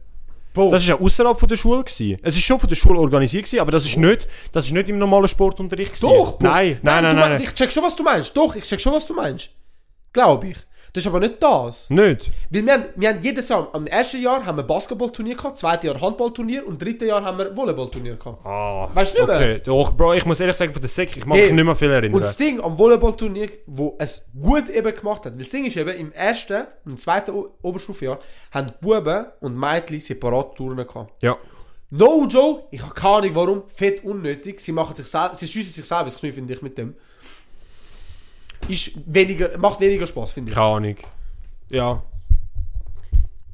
Speaker 2: Bro,
Speaker 3: Das ist ja außerhalb von der Schule gewesen. Es ist schon von der Schule organisiert gewesen, aber das ist nicht, das ist nicht im normalen Sportunterricht gewesen.
Speaker 2: Doch, Bro.
Speaker 3: Nein, nein, nein,
Speaker 2: du
Speaker 3: nein.
Speaker 2: mein-
Speaker 3: nein.
Speaker 2: Ich check schon, was du meinst. Doch, ich check schon, was du meinst. Glaube ich. Das ist aber nicht das.
Speaker 3: Nicht?
Speaker 2: Weil wir haben, wir haben jedes Jahr, am ersten Jahr haben wir Basketballturnier gehabt, im zweiten Jahr Handballturnier und im dritten Jahr haben wir Volleyballturnier gehabt.
Speaker 3: Ah,
Speaker 2: Weißt du nicht mehr?
Speaker 3: okay. Doch, Bro, ich muss ehrlich sagen, von der Sek, ich mag
Speaker 2: Hey,
Speaker 3: mich nicht mehr viel erinnern.
Speaker 2: Und das Ding am Volleyballturnier, wo es gut eben gemacht hat, weil das Ding ist eben, im ersten und im zweiten O- Oberstufenjahr haben die Buben und Mädchen separat Turnen gehabt.
Speaker 3: Ja.
Speaker 2: No joke, ich habe keine Ahnung warum, fett unnötig, sie machen sich sel- sie schiessen sich selber ins Knie, finde ich, mit dem. Ist weniger, macht weniger Spaß, finde ich.
Speaker 3: Keine Ahnung. Ja.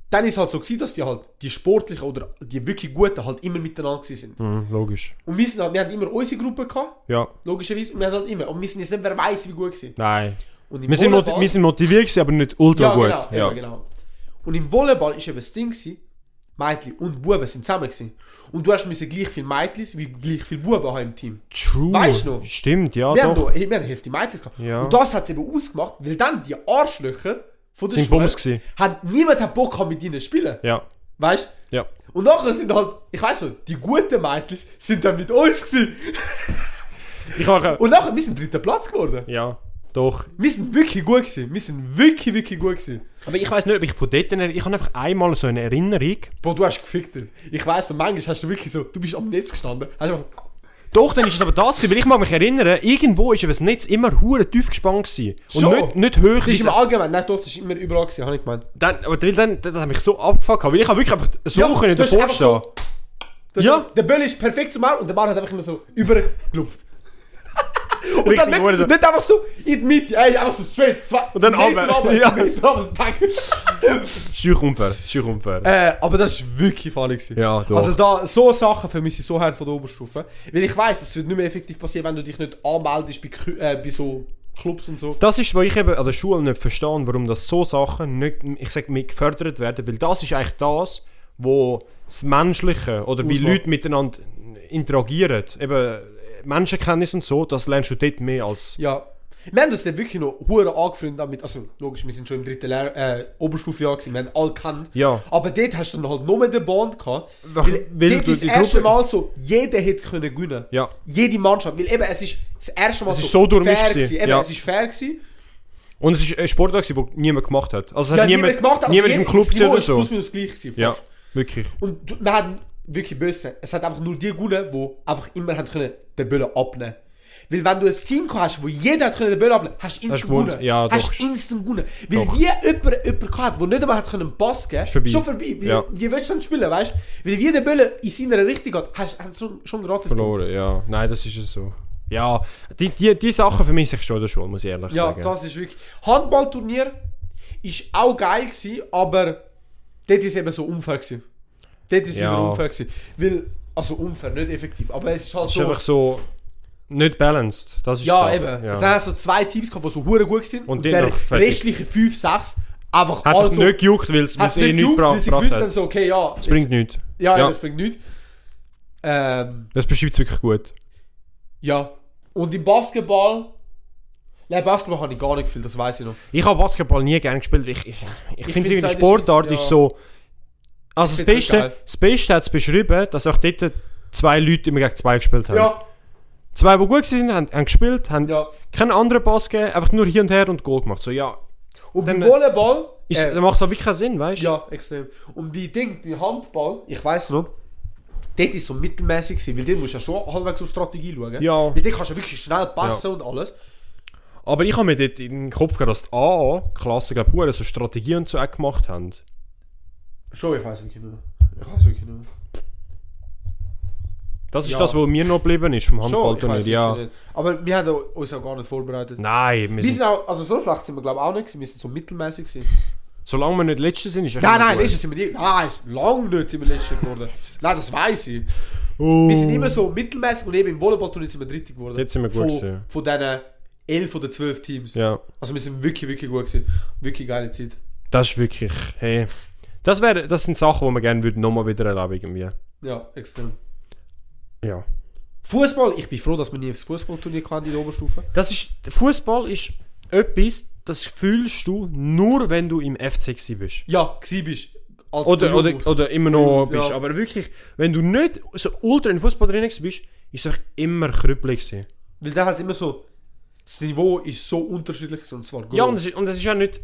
Speaker 2: Dann ist halt so gewesen, dass die halt, die Sportlichen oder die wirklich Guten halt immer miteinander gewesen sind.
Speaker 3: Hm, logisch.
Speaker 2: Und wir sind halt, wir haben immer unsere Gruppe gehabt,
Speaker 3: Ja.
Speaker 2: logischerweise, und wir haben halt immer, und wir sind jetzt nicht, wer weiß wie gut gewesen.
Speaker 3: Nein.
Speaker 2: Und im
Speaker 3: Wir sind, mot-
Speaker 2: Volleyball-
Speaker 3: wir sind motiviert, gewesen, aber nicht ultra
Speaker 2: ja,
Speaker 3: gut.
Speaker 2: Genau,
Speaker 3: ja.
Speaker 2: eben, genau. Und im Volleyball war eben das Ding, gewesen, Mädchen und Buben sind zusammen. Gewesen. Und du hast müssen gleich viel Mädchen wie gleich viel Buben haben im Team.
Speaker 3: True.
Speaker 2: Weißt du noch?
Speaker 3: Stimmt, ja,
Speaker 2: wir, haben
Speaker 3: doch.
Speaker 2: noch, wir haben Hälfte Mädchen gehabt.
Speaker 3: Ja.
Speaker 2: Und das hat es eben ausgemacht, weil dann die Arschlöcher von der
Speaker 3: Sind
Speaker 2: Schule
Speaker 3: Bums gewesen.
Speaker 2: hat niemand hat Bock gehabt, mit ihnen zu spielen.
Speaker 3: Ja.
Speaker 2: Weißt
Speaker 3: Ja.
Speaker 2: Und nachher sind halt, ich weiß nicht, die guten Mädchen sind dann mit uns gewesen.
Speaker 3: Ich mache.
Speaker 2: Und nachher, wir sind dritter Platz geworden.
Speaker 3: Ja. Doch.
Speaker 2: Wir sind wirklich gut gewesen. Wir sind wirklich, wirklich gut gewesen.
Speaker 3: Aber ich weiß nicht, ob ich von dort eine, Ich habe einfach einmal so eine Erinnerung.
Speaker 2: Bro, du hast gefickt. Ich weiss, und manchmal hast du wirklich so, du bist am Netz gestanden, hast einfach
Speaker 3: Doch, dann ist es aber das, gewesen, weil ich mag mich erinnern, irgendwo ist eben das Netz immer hure tief gespannt gewesen. Und
Speaker 2: So.
Speaker 3: nicht, nicht hoch.
Speaker 2: Das ist
Speaker 3: wie
Speaker 2: im
Speaker 3: es-
Speaker 2: Allgemeinen, nein, doch, das ist immer überall gewesen, habe ich gemeint.
Speaker 3: Dann, aber weil dann, das hat mich so abgefuckt, weil ich habe wirklich einfach so
Speaker 2: Ja,
Speaker 3: können
Speaker 2: das ist
Speaker 3: davor
Speaker 2: einfach
Speaker 3: stehen.
Speaker 2: so- Das
Speaker 3: Ja.
Speaker 2: Ist, der Böll ist perfekt zum Arm und der Mann hat einfach immer so übergelupft. und
Speaker 3: Richtig,
Speaker 2: dann
Speaker 3: oder
Speaker 2: nicht,
Speaker 3: so.
Speaker 2: nicht einfach so in die Mitte, ey, einfach so straight, zwei,
Speaker 3: Und dann
Speaker 2: Meter
Speaker 3: runter.
Speaker 2: runter,
Speaker 3: Ja.
Speaker 2: zwei Meter runter, so danke.
Speaker 3: Steuch unfair, steuch unfair.
Speaker 2: äh, aber das ist wirklich funny gewesen.
Speaker 3: Ja, doch.
Speaker 2: Also da, so Sachen vermisse ich so hart von der Oberstufe, weil ich weiss, es wird nicht mehr effektiv passieren, wenn du dich nicht anmeldest bei, Kü- äh, bei so Clubs und so.
Speaker 3: Das ist, was ich eben an der Schule nicht verstehe, warum das so Sachen nicht, ich sag, mit gefördert werden, weil das ist eigentlich das, wo das Menschliche oder wie
Speaker 2: Ausmacht.
Speaker 3: Leute miteinander interagieren, eben äh, Menschenkenntnis und so, das lernst du dort mehr als...
Speaker 2: Ja. Wir haben uns dann wirklich noch hure angefreundet damit. Also logisch, wir sind schon im dritten Lehr äh, Oberstufenjahr gewesen, wir haben alle gekannt.
Speaker 3: Ja.
Speaker 2: Aber dort hast du dann halt nur den Bond gehabt.
Speaker 3: Weil-
Speaker 2: Weil,
Speaker 3: weil
Speaker 2: dort
Speaker 3: du
Speaker 2: ist
Speaker 3: die
Speaker 2: das erste
Speaker 3: Gruppe-
Speaker 2: Mal so, jeder hätte können gewinnen.
Speaker 3: Ja.
Speaker 2: Jede Mannschaft. Weil eben, es ist das erste Mal
Speaker 3: Es ist so durchmischt
Speaker 2: fair
Speaker 3: gewesen,
Speaker 2: gewesen. Eben,
Speaker 3: ja.
Speaker 2: es ist fair gewesen.
Speaker 3: Und es war ein Sportart, den niemand gemacht hat. Also es
Speaker 2: Ja,
Speaker 3: hat niemand,
Speaker 2: aber
Speaker 3: niemand ist
Speaker 2: jeder-
Speaker 3: im Club
Speaker 2: das
Speaker 3: gewesen
Speaker 2: Niveau
Speaker 3: oder
Speaker 2: ist
Speaker 3: so.
Speaker 2: Plus minus gleich gewesen,
Speaker 3: Ja,
Speaker 2: fast.
Speaker 3: wirklich.
Speaker 2: Und du- wir haben wirklich böse. Es hat einfach nur die gewonnen, die einfach immer haben können den Böllen abnehmen Weil wenn du ein Team gehabt hast, wo jeder hat können den Böllen abnehmen hast du instant
Speaker 3: gewonnen.
Speaker 2: gewonnen.
Speaker 3: Ja,
Speaker 2: hast
Speaker 3: doch.
Speaker 2: instant gewonnen. Weil
Speaker 3: Doch.
Speaker 2: wie jemand, jemand gehabt hat, der nicht einmal hat können einen Pass geben
Speaker 3: vorbei.
Speaker 2: schon vorbei. Wie,
Speaker 3: Ja.
Speaker 2: wie willst du dann spielen, weißt du? Weil wie der Böllen in seiner Richtung hat, hast hast du schon einen Ratfest.
Speaker 3: Verloren, ja. Nein, das ist es so. Ja, die, die, die Sachen vermisse ich schon in der Schule, muss ich ehrlich
Speaker 2: Ja,
Speaker 3: sagen.
Speaker 2: das ist wirklich... Handballturnier ist auch geil gewesen, aber dort ist eben so unfair gewesen. Dort ist
Speaker 3: Ja.
Speaker 2: wieder unfair gewesen. Weil, also unfair, nicht effektiv, aber es ist halt
Speaker 3: ist
Speaker 2: so...
Speaker 3: einfach so nicht balanced. Das ist
Speaker 2: Ja,
Speaker 3: das.
Speaker 2: eben.
Speaker 3: Ja.
Speaker 2: Es haben so zwei Teams gehabt, die so hure gut sind
Speaker 3: Und
Speaker 2: und,
Speaker 3: die
Speaker 2: der
Speaker 3: noch fertig.
Speaker 2: restliche 5, 6 einfach
Speaker 3: Hat sich
Speaker 2: also
Speaker 3: nicht gejuckt, weil es
Speaker 2: hat's
Speaker 3: eh
Speaker 2: nicht
Speaker 3: nichts
Speaker 2: gejuckt, weil
Speaker 3: gebracht
Speaker 2: sie
Speaker 3: gebracht
Speaker 2: gewusst haben,
Speaker 3: hat.
Speaker 2: so, okay, ja,
Speaker 3: Es bringt nichts.
Speaker 2: ja, ja,
Speaker 3: ja.
Speaker 2: das bringt nichts. Ähm,
Speaker 3: Das beschreibt es wirklich gut.
Speaker 2: ja. Und im Basketball. Nein, Basketball habe ich gar nicht gefühlt, das weiß ich noch.
Speaker 3: Ich habe Basketball nie gerne gespielt. weil Ich, ich, ich,
Speaker 2: find's auch
Speaker 3: finde es eine
Speaker 2: in der
Speaker 3: Sportart
Speaker 2: Schweiz,
Speaker 3: ist
Speaker 2: ja.
Speaker 3: so... Also das
Speaker 2: find's nicht
Speaker 3: Beste,
Speaker 2: geil.
Speaker 3: das Beste hat es beschrieben, dass auch dort zwei Leute immer gegen zwei gespielt haben.
Speaker 2: Ja,
Speaker 3: Zwei, die gut waren, haben, haben gespielt, haben
Speaker 2: ja.
Speaker 3: keinen anderen Pass gegeben, einfach nur hier und her und Goal gemacht. So, ja,
Speaker 2: Und beim
Speaker 3: Dann, äh,
Speaker 2: Volleyball.
Speaker 3: ist,
Speaker 2: äh,
Speaker 3: dann macht es auch wirklich keinen Sinn, weißt du?
Speaker 2: Ja, extrem. Und die Ding bei Handball, ich weiß noch, dort ist so mittelmäßig gewesen, weil dort musst du ja schon halbwegs auf Strategie schauen.
Speaker 3: Ja.
Speaker 2: Weil dort kannst du ja wirklich schnell passen und alles.
Speaker 3: Aber ich habe mir dort in den Kopf gehabt, dass die AA-Klasse, glaube ich, hure so Strategie und so auch gemacht haben.
Speaker 2: Schon, ich weiß wirklich nicht mehr. Ich weiß wirklich nicht mehr.
Speaker 3: Das ist
Speaker 2: Ja.
Speaker 3: das, was mir noch geblieben ist vom
Speaker 2: Schon, ich
Speaker 3: Handballturnier.
Speaker 2: weiss
Speaker 3: Ja.
Speaker 2: wirklich nicht. Aber wir haben uns auch gar nicht vorbereitet.
Speaker 3: Nein, wir
Speaker 2: Wir sind
Speaker 3: sind,
Speaker 2: auch, also so schlecht sind wir glaube ich auch nicht gewesen. wir sind so mittelmäßig gewesen.
Speaker 3: solange wir nicht Letzte sind, ist
Speaker 2: Nein, nein, letztes sind wir nicht, nein, es- lang nicht sind wir letztes geworden. nein, das weiß ich. Wir sind immer so mittelmäßig und eben im Volleyballturnier sind wir dritte geworden.
Speaker 3: Dort sind wir gut
Speaker 2: von,
Speaker 3: gewesen.
Speaker 2: Von diesen elf oder zwölf Teams.
Speaker 3: Ja,
Speaker 2: Also wir sind wirklich, wirklich gut gewesen. Wirklich geile Zeit.
Speaker 3: das ist wirklich, hey. Das, wär, das sind Sachen, die wir gerne würden nochmal wieder erleben irgendwie.
Speaker 2: Ja, extrem.
Speaker 3: Ja.
Speaker 2: Fußball, ich bin froh, dass wir nie aufs Fußballturnier kamen in der Oberstufe.
Speaker 3: Das ist, Fußball ist etwas, das fühlst du nur, wenn du im FC gewesen bist.
Speaker 2: Ja, gsi bist. Als
Speaker 3: oder, oder,
Speaker 2: Frühjungs-
Speaker 3: oder immer noch
Speaker 2: Ja.
Speaker 3: bist. Aber wirklich, wenn du nicht so ultra in Fußball drin bist, ist es einfach immer krüppelig. gewesen.
Speaker 2: Weil da hat immer so. Das Niveau ist so unterschiedlich gewesen, und zwar gross.
Speaker 3: Ja, und es, ist, und es ist ja nicht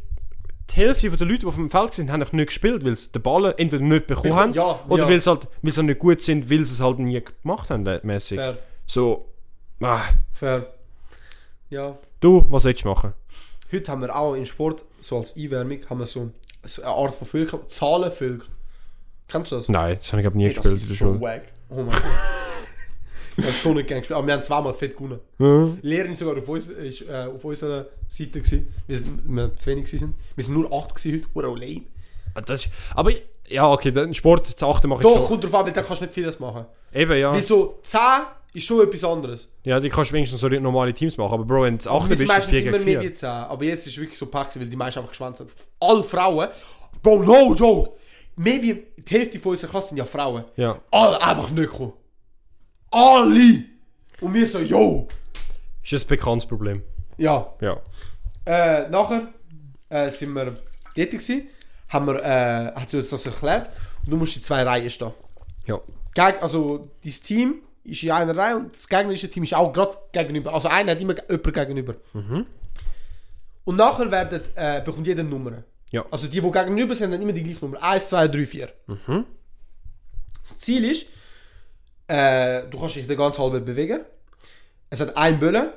Speaker 3: die Hälfte der Leute, die auf dem Feld sind, haben einfach nicht gespielt, weil sie den Ball entweder nicht bekommen
Speaker 2: Bekommen-
Speaker 3: haben
Speaker 2: ja,
Speaker 3: oder
Speaker 2: ja.
Speaker 3: weil sie halt weil sie nicht gut sind, weil sie es halt nie gemacht haben, äh, mäßig.
Speaker 2: Fair,
Speaker 3: So, ah,
Speaker 2: fair. Ja.
Speaker 3: du, was willst du machen?
Speaker 2: Heute haben wir auch im Sport, so als Einwärmung, haben wir so ein- so eine Art von Völker, Zahlenvölker. Kennst du das?
Speaker 3: Nein, das habe ich glaub, nie
Speaker 2: Ey, das
Speaker 3: gespielt in
Speaker 2: ist
Speaker 3: der
Speaker 2: so
Speaker 3: Schule.
Speaker 2: wack. Oh mein Gott. Ich habe so nicht gerne gespielt, aber wir haben zweimal fett gewonnen. Die Lehrerin ist sogar auf, uns, ist, äh, auf unserer Seite. Gewesen, weil wir zu wenig waren. Wir sind nur 8 gewesen heute. Wow, lame.
Speaker 3: Ah, Das ist, aber ja, okay, dann Sport zu achten mache ich
Speaker 2: Doch,
Speaker 3: schon. Ah.
Speaker 2: kommt drauf an, weil dann kannst du nicht vieles machen.
Speaker 3: Eben, ja.
Speaker 2: Weil so 10 ist schon etwas anderes.
Speaker 3: Ja, die kannst du wenigstens so normale Teams machen, aber Bro, wenn du
Speaker 2: Wir
Speaker 3: 8 bist,
Speaker 2: sind
Speaker 3: ist es
Speaker 2: meistens
Speaker 3: 4
Speaker 2: immer
Speaker 3: gegen
Speaker 2: mehr
Speaker 3: 4.
Speaker 2: wie 10. Aber jetzt ist wirklich so Pack, weil die meisten einfach geschwänzt haben. Alle Frauen. Bro, no joke. Mehr wie die Hälfte von unserer Klasse sind ja Frauen.
Speaker 3: Ja.
Speaker 2: Alle einfach nicht gekommen. Alle! Und wir so, yo!
Speaker 3: Ist das ein bekanntes Problem.
Speaker 2: Ja.
Speaker 3: Ja.
Speaker 2: Äh, nachher äh, sind wir dort gewesen, haben wir, äh, hat sie uns das erklärt und du musst in zwei Reihen stehen.
Speaker 3: Ja.
Speaker 2: Geg also dein Team ist in einer Reihe und das gegnerische Team ist auch gerade gegenüber. Also einer hat immer ge- jemanden gegenüber. Und nachher werden, äh, bekommt jeder eine Nummer.
Speaker 3: Ja.
Speaker 2: Also die, die gegenüber sind, haben immer die gleiche Nummer. 1, 2, 3, 4.
Speaker 3: Mhm.
Speaker 2: Das Ziel ist, äh, du kannst dich den ganzen halben bewegen. Es hat einen Böllen.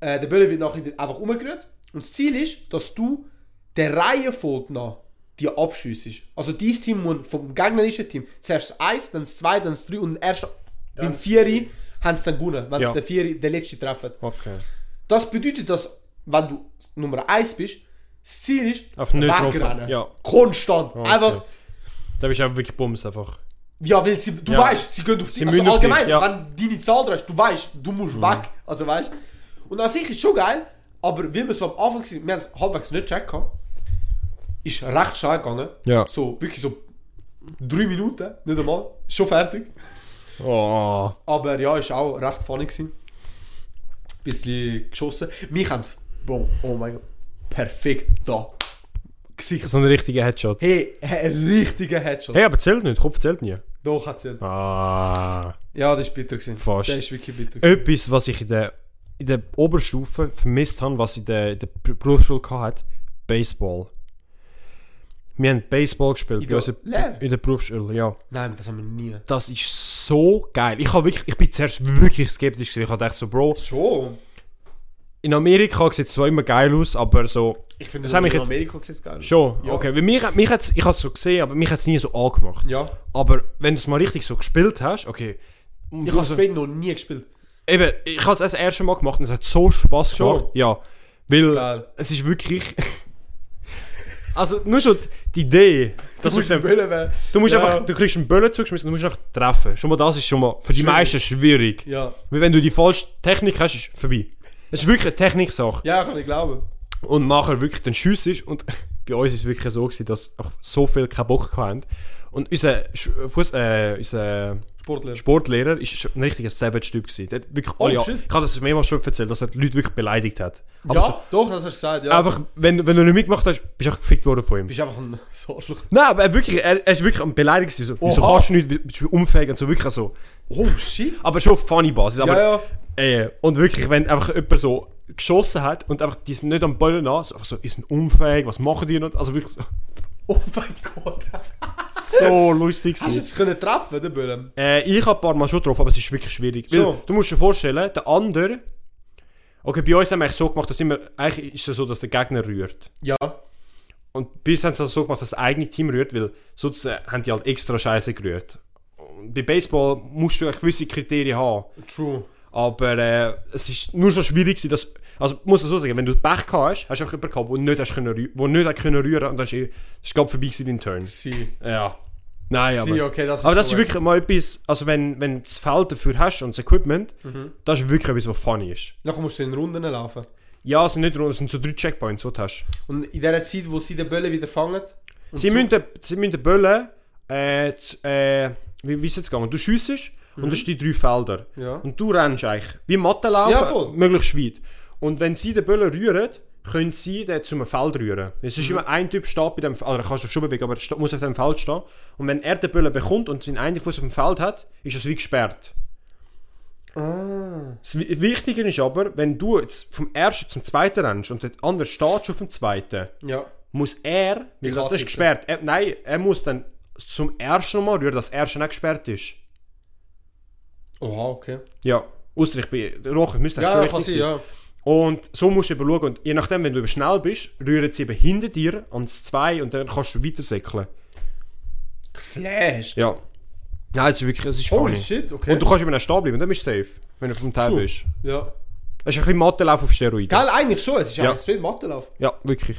Speaker 2: Äh, der Böllen wird nachher einfach umgerührt. Und das Ziel ist, dass du der Reihenfolge nach die abschüssest. Also dieses Team muss vom gegnerischen Team zuerst das 1, dann das 2, dann das 3 und erst beim 4 haben sie dann gewonnen, wenn
Speaker 3: Ja.
Speaker 2: sie den, 4, den letzten treffen.
Speaker 3: Okay.
Speaker 2: Das bedeutet, dass wenn du Nummer 1 bist, das Ziel ist,
Speaker 3: Auf nicht
Speaker 2: wegrennen.
Speaker 3: drauf- ja.
Speaker 2: Konstant. Einfach,
Speaker 3: Da bist du einfach wirklich bums einfach.
Speaker 2: ja, weil sie, du
Speaker 3: Ja.
Speaker 2: weißt, sie gehen auf dich.
Speaker 3: Sie
Speaker 2: Also
Speaker 3: müssen auf dich,
Speaker 2: allgemein,
Speaker 3: ja. Mhm.
Speaker 2: wenn du deine Zahl hast, du weißt, du musst weg. Also weißt Und an sich ist schon geil, aber weil wir so am Anfang sind, wir haben es halbwegs nicht gecheckt, gehabt, ist recht schnell gegangen.
Speaker 3: Ja.
Speaker 2: So, wirklich so drei Minuten, nicht einmal, ist schon fertig.
Speaker 3: Oh.
Speaker 2: Aber ja, ist auch recht funny gewesen. Bisschen geschossen. Mich haben boom, oh mein Gott, perfekt da. Gesicht.
Speaker 3: So ein richtiger Headshot.
Speaker 2: Hey, ein richtiger Headshot.
Speaker 3: Hey, aber zählt nicht, Kopf zählt nie.
Speaker 2: Doch hat sie.
Speaker 3: Ah.
Speaker 2: Ja, das ist bitter gewesen.
Speaker 3: Fast.
Speaker 2: Das ist wirklich bitter gewesen.
Speaker 3: Etwas, was ich in der, in der Oberstufe vermisst habe, was ich in der, in der Ber- Berufsschule hatte, Baseball. Wir haben Baseball gespielt.
Speaker 2: In
Speaker 3: bei
Speaker 2: der
Speaker 3: uns in
Speaker 2: Lehre?
Speaker 3: in der Berufsschule, ja.
Speaker 2: Nein, das haben wir nie.
Speaker 3: Das ist so geil. Ich, hab wirklich, ich bin zuerst wirklich skeptisch. gewesen. Ich dachte so, Bro,
Speaker 2: Schon.
Speaker 3: in Amerika sieht es zwar immer geil aus, aber so...
Speaker 2: Ich finde,
Speaker 3: Das haben wir
Speaker 2: in
Speaker 3: jetzt-
Speaker 2: Amerika gesehen geil.
Speaker 3: Schon,
Speaker 2: Ja.
Speaker 3: okay. Weil mich, mich hat's, ich habe es so gesehen, aber mich hat es nie so angemacht.
Speaker 2: Ja.
Speaker 3: Aber wenn du es mal richtig so gespielt hast, okay.
Speaker 2: Ich habe Straight noch nie gespielt.
Speaker 3: Eben, ich habe es das erste Mal gemacht und es hat so Spaß
Speaker 2: Schon?
Speaker 3: gemacht. Ja. Weil
Speaker 2: Geil.
Speaker 3: es ist wirklich. also nur schon die Idee. dass du,
Speaker 2: im Böllen werden.
Speaker 3: du musst
Speaker 2: Ja.
Speaker 3: einfach. Du kriegst einen Böllen zugeschmissen und du musst einfach treffen. Schon mal das ist schon mal für die
Speaker 2: Schwierig.
Speaker 3: meisten schwierig.
Speaker 2: Ja.
Speaker 3: Weil wenn du die falsche Technik hast, ist es vorbei. Es ist wirklich eine Techniksache.
Speaker 2: Ja, kann ich glauben.
Speaker 3: Und nachher wirklich dann schiessest. Und bei uns ist es wirklich so, gewesen, dass auch so viel keinen Bock hatten. Und unser, Sch- Fuss, äh, unser
Speaker 2: Sportler.
Speaker 3: Sportlehrer ist schon ein richtiger Savage-Typ. gewesen. Der hat wirklich
Speaker 2: Oh,
Speaker 3: alle-
Speaker 2: shit.
Speaker 3: Ich habe das mehrmals schon erzählt, dass er die Leute wirklich beleidigt hat. Aber
Speaker 2: ja,
Speaker 3: so,
Speaker 2: doch, das hast du gesagt. Ja.
Speaker 3: einfach, wenn, wenn du nicht mitgemacht hast, bist du auch gefickt worden von ihm.
Speaker 2: bist einfach ein Arschloch.
Speaker 3: Nein, aber er, wirklich, er, er ist wirklich am Beleidigung. gewesen, So, wieso
Speaker 2: Oha.
Speaker 3: kannst du nicht, bist du unfähig und so, wirklich so.
Speaker 2: Oh shit.
Speaker 3: Aber schon auf funny Basis. Aber,
Speaker 2: ja, ja.
Speaker 3: Ey, Äh, und wirklich, wenn einfach jemand so geschossen hat und einfach, die sind nicht am Böllen an, so, einfach so, ist ein unfähig, was machen die noch? Also wirklich so,
Speaker 2: Oh mein Gott. Hast
Speaker 3: so lustig.
Speaker 2: du
Speaker 3: gewesen.
Speaker 2: jetzt können treffen, den Böllen?
Speaker 3: Äh, ich habe ein paar Mal schon drauf, aber es ist wirklich schwierig. Weil,
Speaker 2: So.
Speaker 3: Du musst dir vorstellen, der andere. Okay, bei uns haben wir eigentlich so gemacht, dass immer. Eigentlich ist es so, dass der Gegner rührt.
Speaker 2: Ja.
Speaker 3: Und bei uns haben sie das so gemacht, dass das eigene Team rührt, weil sonst äh, haben die halt extra Scheiße gerührt. Und bei Baseball musst du eigentlich gewisse Kriterien haben.
Speaker 2: True.
Speaker 3: Aber äh, es ist nur schon schwierig, gewesen, dass. Also, muss ich so sagen, wenn du Pech gehabt hast, hast du einfach jemanden gehabt, der nicht, hast können, rü- wo nicht hat können rühren und dann ist eh- ist gerade vorbei gewesen, dein Turn.
Speaker 2: Sie.
Speaker 3: Ja. Nein, aber.
Speaker 2: Sie, okay, das ist
Speaker 3: aber das
Speaker 2: schon
Speaker 3: ist wirklich mal etwas, also wenn, wenn du das Feld dafür hast und das Equipment,
Speaker 2: Mhm.
Speaker 3: das ist wirklich etwas, was funny ist.
Speaker 2: Nachher musst du in Runden laufen.
Speaker 3: Ja, es sind nicht nur, es sind so drei Checkpoints, die du hast.
Speaker 2: Und in der Zeit, wo sie den Böllen wieder fangen,
Speaker 3: Sie müssen, den- sie müssen den Böllen, äh, z- äh, wie, wie ist es jetzt gegangen? Du schiessest und es sind die drei Felder.
Speaker 2: Mhm. Ja.
Speaker 3: Und du rennst eigentlich, wie Mathe laufen,
Speaker 2: Ja, voll.
Speaker 3: möglichst weit. Und wenn sie den Böllen rühren, können sie den zum Feld rühren. Es ist
Speaker 2: Mhm.
Speaker 3: immer ein Typ steht bei dem Feld, oder er kann sich schon bewegen, aber er sta- muss auf dem Feld stehen. Und wenn er den Böllen bekommt und seinen einen Fuß auf dem Feld hat, ist das wie gesperrt. Das Wi- Wichtige ist aber, wenn du jetzt vom ersten zum zweiten rennst und der andere steht schon auf dem zweiten,
Speaker 2: ja.
Speaker 3: muss er, weil das ist
Speaker 2: antippen.
Speaker 3: gesperrt, er, nein, er muss dann zum ersten Mal rühren, dass das erste nicht gesperrt ist.
Speaker 2: Oha, okay.
Speaker 3: Ja, ausser ich bin rochen, müsste
Speaker 2: Ja,
Speaker 3: schon
Speaker 2: kann
Speaker 3: richtig
Speaker 2: sein,
Speaker 3: sein.
Speaker 2: ja.
Speaker 3: Und so musst du eben schauen. Und je nachdem, wenn du eben schnell bist, rühren sie eben hinter dir ans 2 und dann kannst du weiter säckeln.
Speaker 2: Geflasht.
Speaker 3: Ja. Nein, es ist wirklich, es ist
Speaker 2: Holy
Speaker 3: funny.
Speaker 2: shit, okay.
Speaker 3: Und du kannst eben auch stehen bleiben, dann bist du safe, wenn du vom Teil
Speaker 2: True.
Speaker 3: bist.
Speaker 2: ja.
Speaker 3: Es ist ein bisschen Mattenlauf auf Steroiden.
Speaker 2: Geil, eigentlich schon. Es ist
Speaker 3: Ja.
Speaker 2: eigentlich so ein Mattenlauf.
Speaker 3: Ja, wirklich.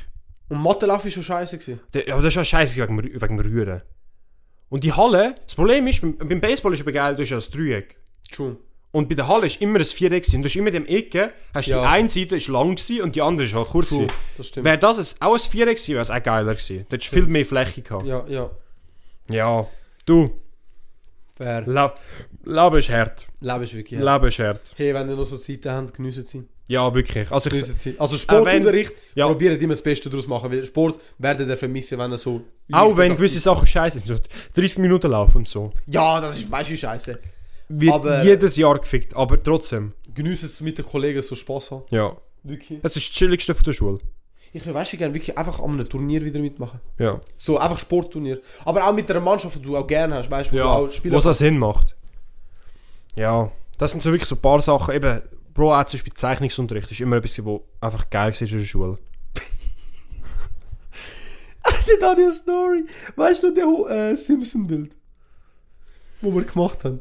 Speaker 2: Und Mattenlauf war schon scheiße. Gewesen.
Speaker 3: Der- Aber das ist ja scheiße wegen, dem Rü- wegen dem Rühren. Und die Halle, das Problem ist, beim, beim Baseball ist eben geil, du hast ja das Dreieck.
Speaker 2: True.
Speaker 3: Und bei der Halle ist immer ein Viereck gewesen. Und du hast immer in dem Ecke, hast
Speaker 2: Ja.
Speaker 3: die eine Seite ist lang gewesen und die andere ist halt kurz
Speaker 2: True,
Speaker 3: gewesen.
Speaker 2: das stimmt.
Speaker 3: Wäre das ein, auch ein Viereck gewesen, wäre es auch geiler gewesen. Du hättest viel mehr Fläche gehabt. Ja.
Speaker 2: Ja, ja.
Speaker 3: Du,
Speaker 2: Fair.
Speaker 3: La Leben ist hart.
Speaker 2: Leben ist wirklich.
Speaker 3: Leben ist hart.
Speaker 2: Hey, wenn ihr noch so Zeiten habt, geniessen sie.
Speaker 3: Ja, wirklich. Also ich,
Speaker 2: Geniessen sie. Also
Speaker 3: Auch wenn-
Speaker 2: Sportunterricht,
Speaker 3: Ja.
Speaker 2: probiert immer das Beste daraus machen, weil Sport werdet ihr vermissen, wenn ihr so...
Speaker 3: auch wenn
Speaker 2: Leichtathletik-
Speaker 3: gewisse Sachen scheiße sind, so 30 Minuten laufen und so,
Speaker 2: Ja, das ist, weißt du, wie scheiße.
Speaker 3: wird
Speaker 2: Aber-
Speaker 3: jedes Jahr gefickt, aber trotzdem.
Speaker 2: Geniessen es mit den Kollegen, so Spass haben.
Speaker 3: Ja.
Speaker 2: Wirklich.
Speaker 3: Das ist das Chilligste von der Schule.
Speaker 2: Ich weiß wie gerne wirklich einfach an einem Turnier wieder mitmachen.
Speaker 3: Ja.
Speaker 2: So einfach Sportturnier. Aber auch mit einer Mannschaft, die du auch gerne hast, weißt du, wo du
Speaker 3: Ja,
Speaker 2: auch
Speaker 3: wo
Speaker 2: Spieler
Speaker 3: es auch Sinn macht. Ja, das sind so wirklich so ein paar Sachen. Eben, Bro, auch zum Beispiel Zeichnungsunterricht ist immer etwas, wo einfach geil war in der Schule.
Speaker 2: Der Daniel Story. Weißt du noch, der äh, Simpson-Bild? Wo wir gemacht haben.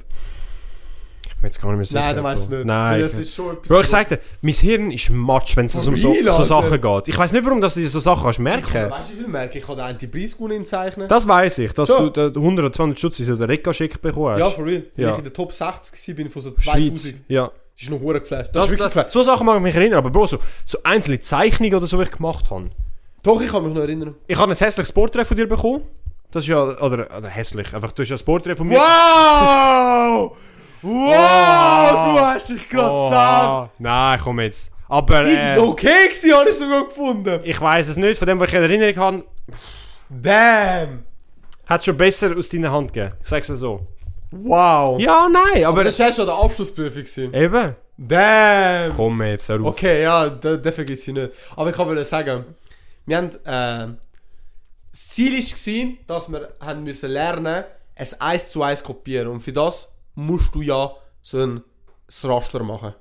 Speaker 3: Ich bin jetzt gar nicht mehr sicher.
Speaker 2: Nein, dann weißt
Speaker 3: Bro.
Speaker 2: du nicht.
Speaker 3: Nein.
Speaker 2: Das
Speaker 3: ich-
Speaker 2: ist schon etwas.
Speaker 3: Bro, ich sag dir, mein Hirn ist matsch, wenn es um so,
Speaker 2: Real,
Speaker 3: so
Speaker 2: Alter.
Speaker 3: Sachen geht. Ich weiß nicht, warum dass du so Sachen kannst merken.
Speaker 2: Weißt du, wie viel merke ich? Ich habe einen die Preis gewonnen im Zeichnen.
Speaker 3: Das weiß ich, dass
Speaker 2: Ja.
Speaker 3: du da 100 oder 200 Schutz in so der Rekka geschickt bekommst.
Speaker 2: ja, for real. Weil
Speaker 3: Ja.
Speaker 2: ich in der Top 60 war, bin von so
Speaker 3: Schweiz.
Speaker 2: 2000.
Speaker 3: Ja.
Speaker 2: Das ist noch hure geflasht.
Speaker 3: Das,
Speaker 2: Das, ist wirklich geflasht.
Speaker 3: so Sachen mag ich mich erinnern, aber Bro, so, so einzelne Zeichnungen oder so, die ich gemacht habe.
Speaker 2: Doch, ich kann mich noch erinnern.
Speaker 3: Ich habe ein hässliches Porträt von dir bekommen. Das ist ja, oder, oder hässlich, einfach, du hast ja das Porträt von mir.
Speaker 2: Wow! Wow!
Speaker 3: du
Speaker 2: hast dich gerade
Speaker 3: Oh, nein, komm jetzt. Aber
Speaker 2: Das ist
Speaker 3: äh,
Speaker 2: okay gewesen, habe ich sogar gefunden.
Speaker 3: ich weiß es nicht, von dem, was ich in Erinnerung habe,
Speaker 2: Damn!
Speaker 3: hat es schon besser aus deiner Hand gegeben. Ich sag's dir so.
Speaker 2: Wow!
Speaker 3: Ja, nein, aber...
Speaker 2: Aber das war ja schon der Abschlussprüfung. gewesen.
Speaker 3: eben.
Speaker 2: Damn!
Speaker 3: Komm jetzt, hör auf.
Speaker 2: Okay, ja, den, den vergesse ich nicht. Aber ich kann wollte sagen, wir haben, äh, das Ziel war, dass wir haben müssen lernen es eins zu eins kopieren. Und für das musst du ja so ein das Raster machen.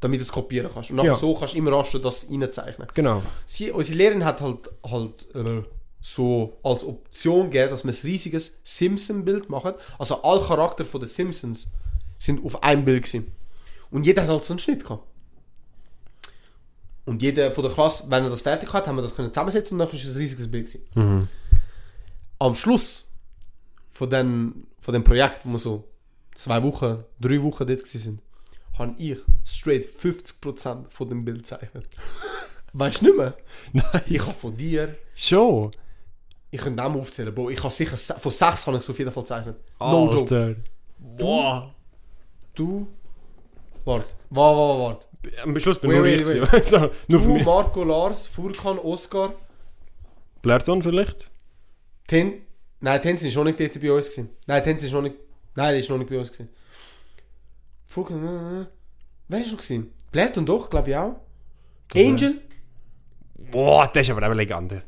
Speaker 2: Damit du es kopieren kannst. Und nachher
Speaker 3: Ja.
Speaker 2: so kannst du im Raster das reinzeichnen.
Speaker 3: Genau.
Speaker 2: Sie, unsere Lehrerin hat halt, halt äh, so als Option gegeben, dass wir ein riesiges Simpson-Bild machen. Also alle Charakter von den Simpsons sind auf einem Bild gewesen. Und jeder hat halt so einen Schnitt gehabt. Und jeder von der Klasse, wenn er das fertig hat, haben wir das können zusammensetzen und dann ist es ein riesiges Bild gewesen. Am Schluss von dem, von dem Projekt, wo wir so zwei Wochen, drei Wochen dort gewesen sind, habe ich straight 50% von dem Bild gezeichnet. Weißt du nicht mehr?
Speaker 3: Nein.
Speaker 2: Ich habe von dir,
Speaker 3: Schon?
Speaker 2: ich könnte Namen aufzählen, Bro. Ich habe sicher, se- von sechs habe ich so viel davon gezeichnet.
Speaker 3: Oh,
Speaker 2: No joke.
Speaker 3: Alter. Boah.
Speaker 2: Du, warte, warte, warte, warte.
Speaker 3: Am Schluss bin
Speaker 2: Wait,
Speaker 3: nur
Speaker 2: wait,
Speaker 3: ich gewesen. so, Nur für
Speaker 2: Du,
Speaker 3: mich.
Speaker 2: Marco, Lars, Furkan, Oscar,
Speaker 3: Blerton vielleicht?
Speaker 2: Ten... Nein, Tenzin ist noch nicht dort bei uns gewesen. Nein, Tenzin ist noch nicht... Nein, der ist noch nicht bei uns gewesen. Furkan, äh, äh. Wer ist noch gewesen? Blättern doch, glaube ich auch. Angel?
Speaker 3: Boah, das ist aber auch eine Legende.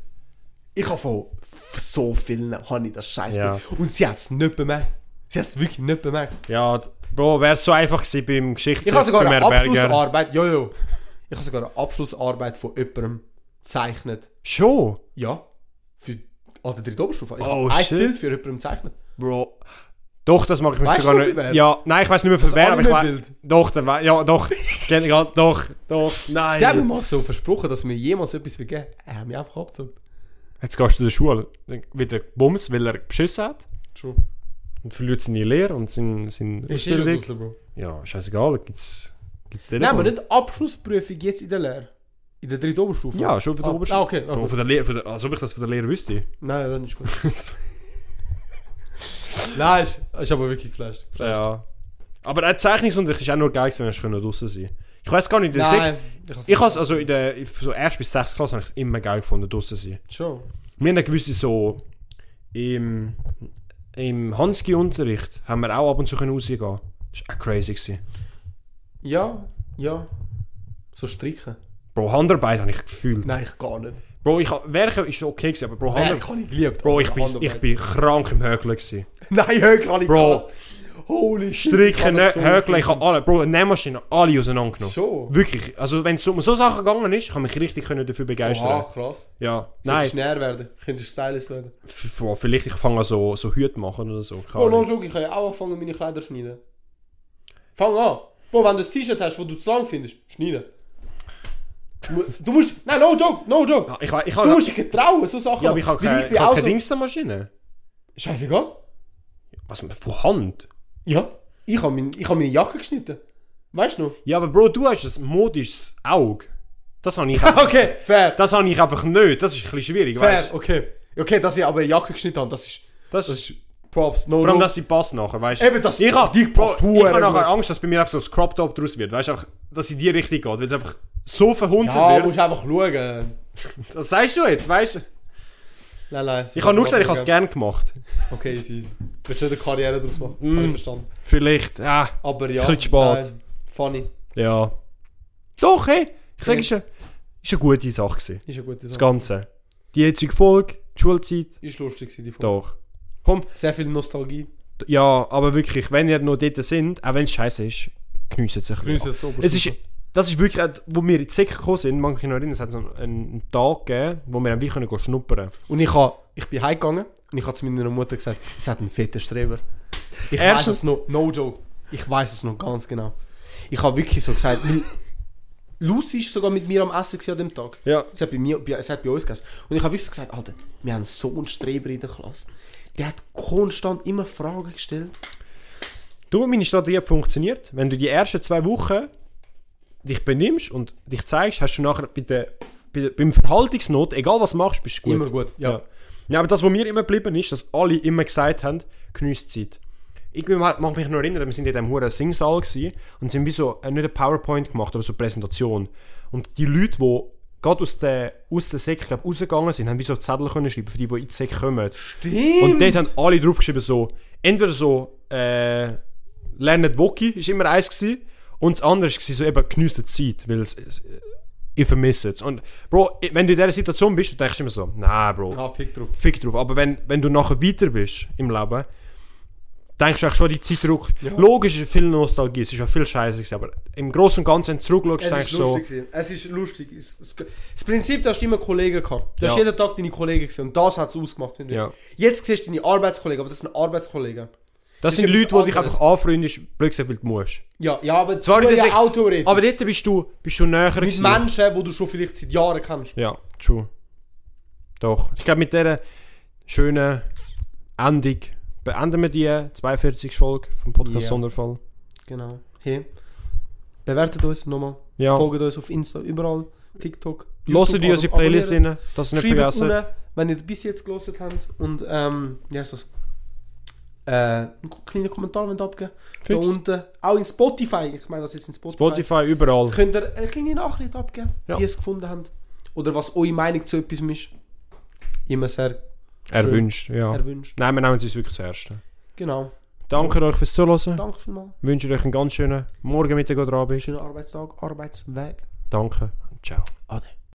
Speaker 2: Ich habe von f- so vielen habe ich das Scheiß
Speaker 3: Ja.
Speaker 2: Und sie hat es nicht bemerkt. Sie hat es wirklich nicht bemerkt.
Speaker 3: Ja, d- Bro, wäre so einfach gewesen beim
Speaker 2: Ich
Speaker 3: Geschichtslehrer.
Speaker 2: habe sogar
Speaker 3: beim
Speaker 2: eine
Speaker 3: Herberger.
Speaker 2: Abschlussarbeit. Jojo. Ich habe sogar eine Abschlussarbeit von jemandem gezeichnet.
Speaker 3: Schon?
Speaker 2: Ja. Für an der dritten Oberstufe. Ich
Speaker 3: Oh,
Speaker 2: habe ein
Speaker 3: shit.
Speaker 2: Bild für jemanden gezeichnet.
Speaker 3: Bro. Doch, das mag ich mich
Speaker 2: Weißt
Speaker 3: sogar
Speaker 2: du noch, für
Speaker 3: nicht.
Speaker 2: wer?
Speaker 3: Ja, nein, ich weiß nicht mehr für
Speaker 2: Das
Speaker 3: wer, aber ich weiß.
Speaker 2: Anime-Bild.
Speaker 3: Doch, dann wei- ja, doch. Genau, doch, doch, nein.
Speaker 2: Die haben mir mal so versprochen, dass mir jemals etwas vergeben. Er hat mich einfach abgezogen.
Speaker 3: Jetzt gehst du in die Schule, dann wird er bums, weil er beschissen hat
Speaker 2: True.
Speaker 3: und verliert seine Lehre und seine, seine
Speaker 2: Ich bin
Speaker 3: Ausbildung.
Speaker 2: raus, Bro.
Speaker 3: Ja, scheißegal, gibt's, gibt's den
Speaker 2: Nein, aber nicht Abschlussprüfung jetzt in der Lehre. In der dritten Oberstufe.
Speaker 3: Ja, schon von der
Speaker 2: Ah,
Speaker 3: Oberschule.
Speaker 2: ah, okay,
Speaker 3: Bro,
Speaker 2: okay.
Speaker 3: Von der Lehre, von der, als ob ich das von der Lehre wüsste.
Speaker 2: Nein, dann ist gut. Nein, ist, ist aber wirklich geflasht.
Speaker 3: ja. Aber ein Zeichnungsunterricht ist auch nur geil, gewesen, wenn ich draußen sein konnte. Ich weiß gar nicht, in der Sek-
Speaker 2: Nein,
Speaker 3: Ich habe also in der in so 1. bis 6. Klasse habe ich es immer geil gefunden, draußen sein.
Speaker 2: schon.
Speaker 3: Wir haben gewisse so im, im Hanski-Unterricht haben wir auch ab und zu können rausgehen. Das war auch crazy. Gewesen.
Speaker 2: Ja, ja. So stricken.
Speaker 3: Bro, Handarbeit habe ich gefühlt.
Speaker 2: Nein, ich gar nicht.
Speaker 3: Bro, ich hab- werken ist okay gewesen, aber Bro, Handel,
Speaker 2: kann ich geliebt.
Speaker 3: Bro, ich bin, ich
Speaker 2: Handelwerk.
Speaker 3: bin krank im Hökeln gewesen.
Speaker 2: Nein, Höckel habe ich
Speaker 3: Bro.
Speaker 2: gehasst. Holy shit.
Speaker 3: Stricken,
Speaker 2: ich habe das so
Speaker 3: Hökeln, ich
Speaker 2: geliebt.
Speaker 3: habe alle, Bro, Nähmaschine, alle auseinandergenommen.
Speaker 2: So.
Speaker 3: Wirklich, also wenn es um so Sachen gegangen ist, kann mich richtig können dafür begeistern.
Speaker 2: Oha, krass.
Speaker 3: Ja,
Speaker 2: Nein.
Speaker 3: nein,
Speaker 2: schneller werden. Könntest du Stylist werden.
Speaker 3: f- boah, vielleicht ich fange an so, so Hüte machen oder so. keine
Speaker 2: Bro, no
Speaker 3: Ahnung.
Speaker 2: joke, ich kann ja auch anfangen, meine Kleider zu schneiden. Fang an. Bro, wenn du ein T-Shirt hast, wo du zu lang findest, schneiden. Du mu- Du musst... Nein, no joke, no joke.
Speaker 3: Ich, we- ich
Speaker 2: Du
Speaker 3: habe
Speaker 2: musst dich getrauen, so Sachen.
Speaker 3: ja, aber ich habe
Speaker 2: machen. Weil
Speaker 3: keine,
Speaker 2: bin
Speaker 3: ich hab
Speaker 2: auch
Speaker 3: keine
Speaker 2: so-
Speaker 3: Dingsmaschine.
Speaker 2: Scheißegal.
Speaker 3: Was, von Hand?
Speaker 2: Ja. Ich habe mein, ich hab meine Jacke geschnitten. Weißt du noch?
Speaker 3: Ja, aber Bro, du hast ein modisches Auge. Das habe ich einfach,
Speaker 2: Okay, fair.
Speaker 3: das habe ich einfach nicht. Das ist ein bisschen schwierig,
Speaker 2: fair,
Speaker 3: weißt du?
Speaker 2: okay. Okay, dass ich aber eine Jacke geschnitten habe, das ist...
Speaker 3: Das-
Speaker 2: Das, ist... Props, no
Speaker 3: Vor allem,
Speaker 2: joke.
Speaker 3: dass sie passt nachher, weißt du?
Speaker 2: Eben, dass
Speaker 3: ich hab,
Speaker 2: die
Speaker 3: Bro,
Speaker 2: passt
Speaker 3: Ich habe
Speaker 2: verdammt
Speaker 3: nachher
Speaker 2: gut.
Speaker 3: Angst, dass bei mir einfach so ein Crop Top draus wird, weißt du? einfach, Dass sie in die Richtung geht, weil es einfach so verhunzt
Speaker 2: Ja,
Speaker 3: wird.
Speaker 2: musst einfach schauen.
Speaker 3: Das sagst du jetzt, weißt du?
Speaker 2: Nein, nein.
Speaker 3: Ich habe nur gesagt, ich habe es gerne gemacht.
Speaker 2: Okay, easy, easy. Willst du nicht eine Karriere draus machen? Hab ich verstanden.
Speaker 3: Vielleicht, ah,
Speaker 2: Aber ja.
Speaker 3: Ein Mm. bisschen spät.
Speaker 2: nein, Funny.
Speaker 3: ja. Doch, hey, ich sage, es war eine- es war eine gute Sache. Gewesen.
Speaker 2: Ist eine gute
Speaker 3: Das
Speaker 2: Sache.
Speaker 3: Ganze. Die jetzige Folge, die Schulzeit,
Speaker 2: Ist lustig gewesen, die Folge.
Speaker 3: doch. Komm,
Speaker 2: Sehr viel Nostalgie.
Speaker 3: ja, aber wirklich, wenn ihr noch dort sind, auch wenn es scheiße ist, geniessen es ein bisschen.
Speaker 2: Grüße zu
Speaker 3: Es ist, das ist wirklich, auch, wo wir in die Säcke gekommen sind, mag ich mich noch erinnern, es hat so einen, einen Tag gegeben, wo wir dann wie können gehen schnuppern
Speaker 2: Und ich, hab, ich bin heimgegangen und ich habe zu meiner Mutter gesagt, es hat einen fetten Streber. Ich weiß
Speaker 3: Erstens-
Speaker 2: es noch, no joke. Ich weiß es noch ganz genau. Ich habe wirklich so gesagt, weil Lucy war sogar mit mir am Essen gewesen an dem Tag.
Speaker 3: Ja.
Speaker 2: Es hat bei, mir, bei, es hat bei uns gegessen. Und ich habe wirklich so gesagt, Alter, wir haben so einen Streber in der Klasse. Der hat konstant immer Fragen gestellt.
Speaker 3: Du, meine Strategie hat funktioniert. Wenn du die ersten zwei Wochen dich benimmst und dich zeigst, hast du nachher bei der, bei der, beim Verhaltungsnot, egal was du machst, bist du gut.
Speaker 2: Immer gut, ja.
Speaker 3: ja. Ja, aber das, was mir immer geblieben ist, dass alle immer gesagt haben, geniesst die Zeit. Ich mag mich noch erinnern, wir sind in diesem hohen Singsaal gewesen und sind wie so, äh, nicht eine PowerPoint gemacht, aber so eine Präsentation. Und die Leute, die gerade aus der, aus der Säcke glaub, rausgegangen sind, haben wie so Zettel können schreiben für die, die in die Säcke kommen. Und dort haben alle draufgeschrieben so, entweder so, äh, lernt Woki, ist immer eins gewesen, und das andere war so eben, geniesst die Zeit, weil es, es, ich vermisse es. Und Bro, wenn du in dieser Situation bist, du denkst immer so, nein Bro,
Speaker 2: Ah, fick drauf.
Speaker 3: fick drauf. Aber wenn, wenn du nachher weiter bist im Leben, denkst du auch schon die Zeit zurück. Logisch ist viel Nostalgie, es ist ja viel Scheiße, gewesen, aber im Großen und Ganzen, wenn du zurückschaust,
Speaker 2: Es ist,
Speaker 3: denkst du so,
Speaker 2: lustig gewesen. es ist lustig. Es, es, das Prinzip, du hast immer Kollegen gehabt. Du hast
Speaker 3: Ja.
Speaker 2: jeden Tag deine Kollegen gesehen und das hat es ausgemacht, finde ich.
Speaker 3: Ja.
Speaker 2: Jetzt siehst du deine Arbeitskollegen, aber das sind Arbeitskollegen.
Speaker 3: das
Speaker 2: ist
Speaker 3: sind
Speaker 2: etwas
Speaker 3: Leute, die dich
Speaker 2: anderes.
Speaker 3: einfach anfreundest, blöd gesagt, weil du musst.
Speaker 2: Ja, ja aber
Speaker 3: Zwar
Speaker 2: du
Speaker 3: in der
Speaker 2: ja
Speaker 3: Sek-
Speaker 2: auch theoretisch.
Speaker 3: Aber dort bist du, bist du näher
Speaker 2: mit
Speaker 3: gewesen.
Speaker 2: Menschen, die du schon vielleicht seit Jahren kennst.
Speaker 3: Ja, true. Doch, ich glaube mit dieser schönen Endung beenden wir die eh, 42. Folge vom Podcast
Speaker 2: Ja.
Speaker 3: Sonderfall.
Speaker 2: Genau. Hey, bewertet uns nochmal.
Speaker 3: Ja,
Speaker 2: Folgt uns auf Insta, überall. TikTok.
Speaker 3: hört
Speaker 2: YouTube,
Speaker 3: ihr unsere
Speaker 2: ab-
Speaker 3: Playlist
Speaker 2: abonnieren.
Speaker 3: rein, dass ihr nicht
Speaker 2: Schreibt
Speaker 3: vergessen.
Speaker 2: unten, wenn ihr bis jetzt gelesen habt. Und, ähm, wie heißt das? Äh, einen kleinen Kommentar wollt abgeben Da
Speaker 3: Fix.
Speaker 2: unten. Auch in Spotify. Ich meine, das ist in Spotify.
Speaker 3: Spotify, überall.
Speaker 2: Könnt ihr eine kleine Nachricht abgeben,
Speaker 3: Ja.
Speaker 2: wie ihr es gefunden habt. Oder was eure Meinung zu etwas ist. Immer sehr
Speaker 3: Erwünscht, ja.
Speaker 2: erwünscht.
Speaker 3: Nein, wir nehmen es uns dus wirklich zuerst.
Speaker 2: Genau.
Speaker 3: Danke euch fürs Zuhören.
Speaker 2: Danke vielmals.
Speaker 3: Wünsche euch einen ganz schönen Morgen, Mittag oder Abend.
Speaker 2: Schönen Arbeitstag, Arbeitsweg.
Speaker 3: Danke. Ciao.
Speaker 2: Ade.